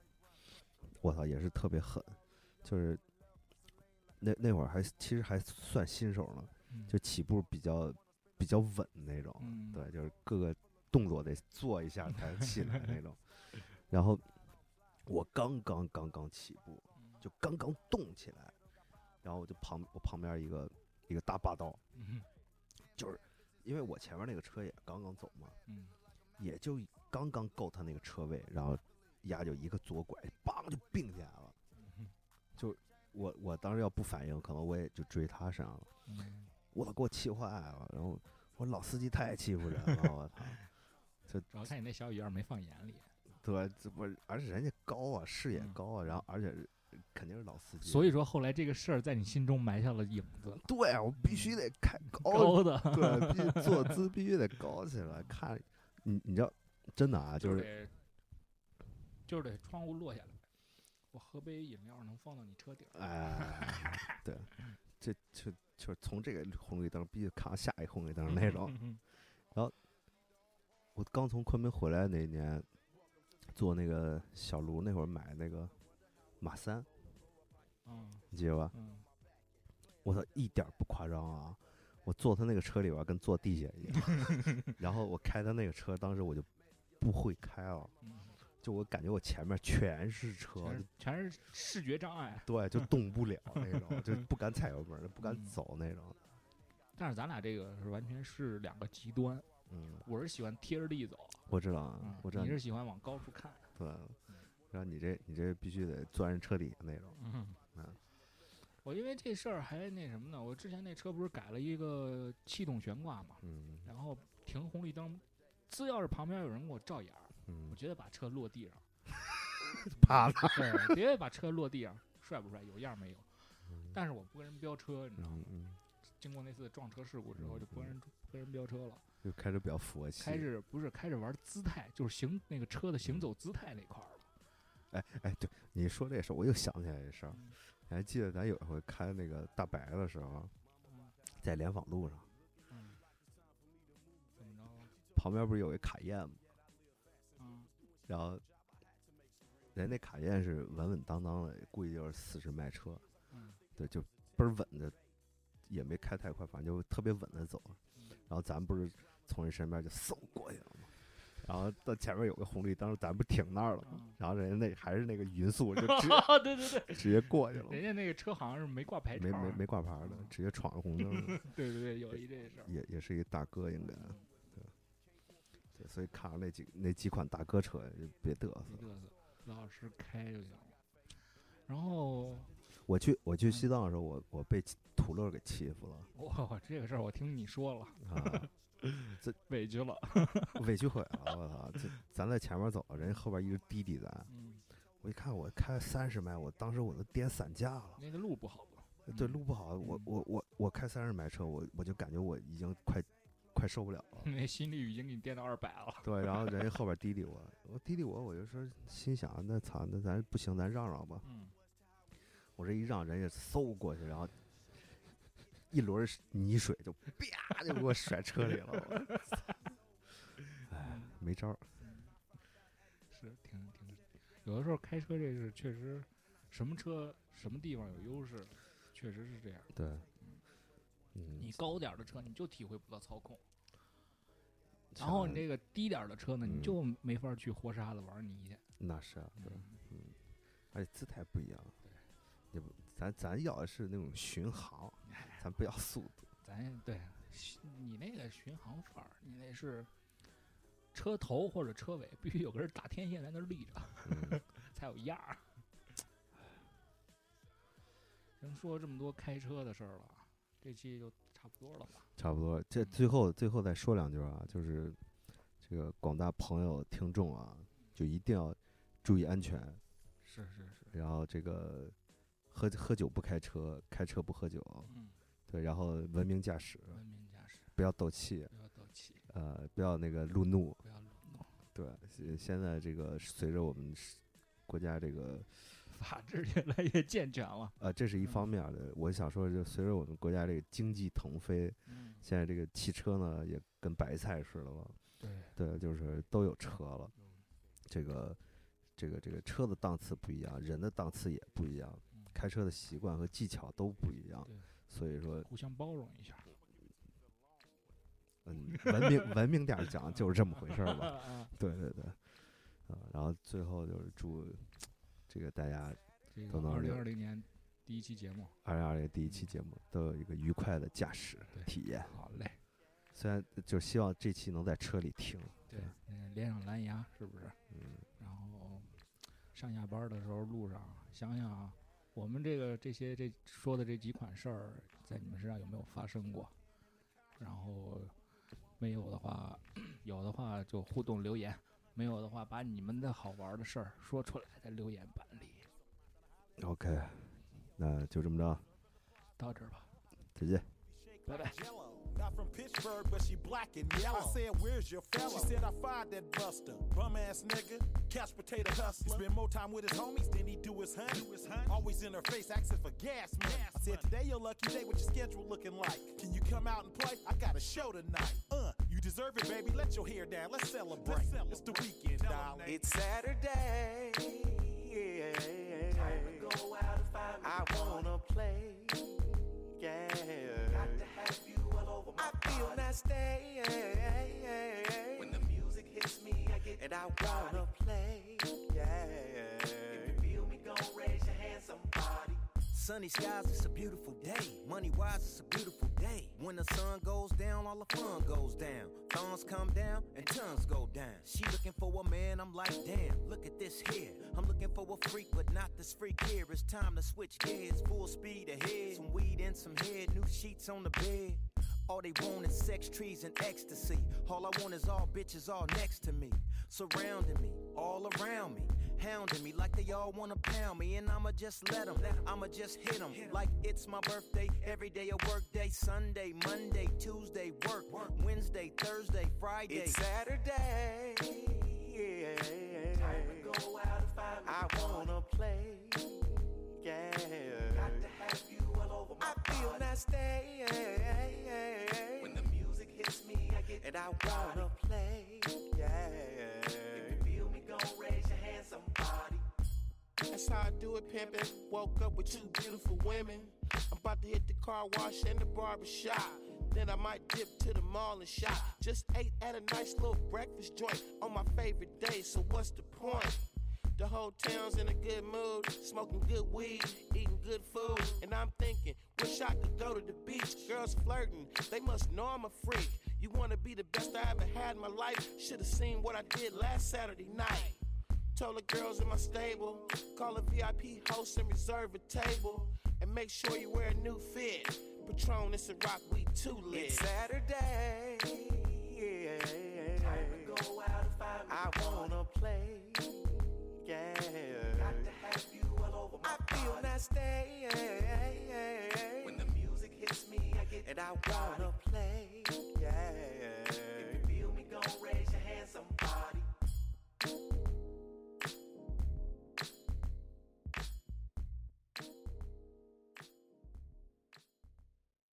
我操也是特别狠，就是那那会儿还其实还算新手呢，
嗯
就起步比较比较稳那种，
嗯，
对，就是各个动作得做一下才能起来那种。 [LAUGHS] 然后我刚刚刚刚起步，
嗯，
就刚刚动起来，然后我就旁我旁边一个一个大霸道，
嗯
就是因为我前面那个车也刚刚走嘛，
嗯
也就刚刚够他那个车位，然后丫就一个左拐，梆就并起来了。
嗯
我我当时要不反应，可能我也就追他身上了。
嗯
我操，给我气坏了！然后我老司机太欺负人了，我操！
主要看你那小雨儿没放眼里，
嗯对，这不，而且人家高啊，视野
嗯
高啊，然后而且肯定是老司机，
所以说后来这个事儿在你心中埋下了影子，
对啊我必须得开高，
嗯高的，
对，必须
[LAUGHS]
坐姿必须得高起来。看，你你知道，真的啊，就是
得就是得窗户落下来。我喝杯饮料能放到你车顶儿，
哎，对，这就就是从这个红绿灯必须看下一红绿灯那种。
嗯
我刚从昆明回来那年，坐那个小卢那会儿买那个马三，
嗯
你记得吧？
嗯
我操，一点儿不夸张啊！我坐他那个车里边儿跟坐地下一样，
[LAUGHS]
然后我开他那个车，当时我就不会开了，
嗯
就我感觉我前面全是车，
全是全是视觉障碍。
对，就动不了那种，
[LAUGHS]
就不敢踩油门儿，不敢
嗯
走那种。
但是咱俩这个是完全是两个极端，
嗯，
我是喜欢贴着地走，
我知道啊
嗯，
我知道
你
你
是喜欢往高处看。
对，然后你这你这必须得钻人车底下那种。
嗯
嗯，
[LAUGHS] 我因为这事儿还那什么呢？我之前那车不是改了一个气动悬挂嘛，
嗯
然后停红绿灯，只要是旁边有人给我照眼儿，我
嗯，
绝对把车落地上，
啪的。
对，绝对把车落地上，帅不帅？有样没有？
嗯
但是我不跟人飙车，你知道吗？
嗯嗯，
经过那次撞车事故之后，
嗯
就不跟人不跟人飙车了，
就开始比较佛系。
开始不是开始玩姿态，就是行那个车的行走姿态那块儿了。
哎哎，对，你说这事儿，我又想起来这事儿。
嗯
你还记得咱有一回开那个大白的时候，
嗯
在联访路上，
嗯，怎么着了？
旁边不是有一卡宴吗？
嗯
然后人那卡宴是稳稳当当的，估计就是四十迈车，
嗯
对，就倍儿稳的，也没开太快，反正就特别稳的走。
嗯
然后咱不是从人身边就嗖过去了吗？然后到前面有个红绿灯，咱不停那儿了吗
嗯？
然后人家那还是那个匀速，就直
[LAUGHS] 啊，对对对，
直接过去了，
人家那个车好像是没挂牌照
没
儿，
没没挂牌儿的，直接闯着红灯
[LAUGHS]
了。
对对对，有一这事儿。
也也是一大哥，应该对。对，所以看着那几那几款大哥车，就别嘚瑟
你
了。
嘚瑟，老实开就行了。然后
我去我去西藏的时候，我我被土乐给欺负了
我我这个事儿我听你说了，
啊，
[LAUGHS] 委屈了。
委屈毁了！我操，这咱在前面走，人家后边一直滴滴咱。
嗯，
我一看，我开三十迈，我当时我都颠散架了。
那个路不好吧？
对，
嗯
路不好，我我我我开三十迈车，我我就感觉我已经快快受不了了。
[LAUGHS] 那心率已经给你颠到二百了。
对，然后人家后边滴滴我，我滴滴我，我就说心想，那操，那咱不行，咱让让吧。
嗯，
我这一让人家嗖过去，然后一轮泥水就啪就给我甩车里了。我操
[LAUGHS]
哎，没招儿。
是挺挺，有的时候开车这是确实，什么车什么地方有优势，确实是这样。
对，嗯
你，高点儿的车你就体会不到操控，然后你
这
这个低点儿的车呢，
嗯
你就没法去活沙子玩泥去。
那是啊，对，
嗯
而且姿态不一样
对。
也不，咱咱要的是那种巡航，
哎
咱不要速
[LAUGHS]
度。
咱也对巡你那个巡航法儿，你那是车头或者车尾必须有个人打天线在那儿立着，
嗯
才有样儿。人说这么多开车的事儿了，啊这期就差不多了吧？
差不多。这最后最后再说两句啊，就是这个广大朋友听众啊，就一定要注意安全。
是是是，
然后这个喝喝酒不开车，开车不喝酒，
嗯，
对，然后文明驾驶，
文明驾驶，
不要斗气，
不要斗气，
呃，不要那个路怒，
不要鲁弄，
对，现现在这个随着我们是国家这个，
法制越来越健全了。
呃，这是一
嗯
方面儿的，我想说，就随着我们国家这个经济腾飞，
嗯，
现在这个汽车呢也跟白菜似的了，
对，
对，就是都有车了，
嗯
这个。这个这个车的档次不一样，人的档次也不一样，
嗯
开车的习惯和技巧都不一样
对，
所以说
互相包容一下。
嗯，文明文明点儿讲就是这么回事儿
[LAUGHS]
吧。
啊，
对对对，啊、然后最后就是祝这个大家
这个
等到
二
这
零
个
二零年第一期节目，
二零二零第一期节目都有一个愉快的驾驶
对
体验。
好嘞。
虽然就希望这期能在车里听，
对，嗯，连上蓝牙是不是？
嗯，
然后上下班的时候路上想想啊，我们这个这些这说的这几款事儿，在你们身上有没有发生过？然后没有的话，有的话就互动留言；没有的话，把你们的好玩的事儿说出来，在留言板里。
OK，那就这么着，
到这儿吧，
再见。
拜拜。
Yellow. Not from Pittsburgh, but she black and yellow. I said, Where's your fellow? She said, I fired that buster. Bum ass nigga, couch potato hustler. Spend more time with his homies than he do his honey. Always in her face, asking for gas, man. I said, Today your lucky day, what your schedule looking like? Can you come out and play? I got a show tonight. Uh, you deserve it, baby. Let your hair down. Let's celebrate. It's the weekend, darling.
It's Saturday. Time to go out and find I wanna play. Yeah. Got to have you alone. I stay. When the music hits me, I get and I wanna play. Yeah. If you feel me, gon' raise your hand, somebody.
Sunny skies, it's a beautiful day. Money wise, it's a beautiful day. When the sun goes down, all the fun goes down. Thongs come down and tongues go down. She looking for a man, I'm like, damn, look at this here. I'm looking for a freak, but not this freak here. It's time to switch gears, full speed ahead. Some weed and some head, new sheets on the bed. All they want is sex, trees, and ecstasy. All I want is all bitches all next to me, surrounding me, all around me, hounding me like they all wanna pound me. And I'ma just let them, I'ma just hit them like it's my birthday. Every day a work day, Sunday, Monday, Tuesday, work, Wednesday, Thursday, Friday.
It's Saturday. Yeah. Time to go out and find
I wanna play, yeah.
Got to have you all over my
I feel
body.
not stay,
When the music hits me, I get
and I wanna play,
If
yeah.
you feel me, gon' raise your hand, somebody.
That's how I do it, pimpin'. Woke up with two beautiful women. I'm about to hit the car wash and the barber shop. Then I might dip to the mall and shop. Just ate at a nice little breakfast joint on my favorite day, so what's the point? The whole town's in a good mood, smoking good weed, eating good food. And I'm thinking, wish I could go to the beach. Girls flirting, they must know I'm a freak. You wanna be the best I ever had in my life? Should've seen what I did last Saturday night. Told the girls in my stable, call a VIP host and reserve a table. And make sure you wear a new fit. Patron, it's a rock, we too lit.
It's Saturday. Yeah. Time to go out and find me.
I wanna play, yeah.
Got to have you all over my
I feel
body.
not stay,
When the music hits me, I get
and I wanna play, yeah.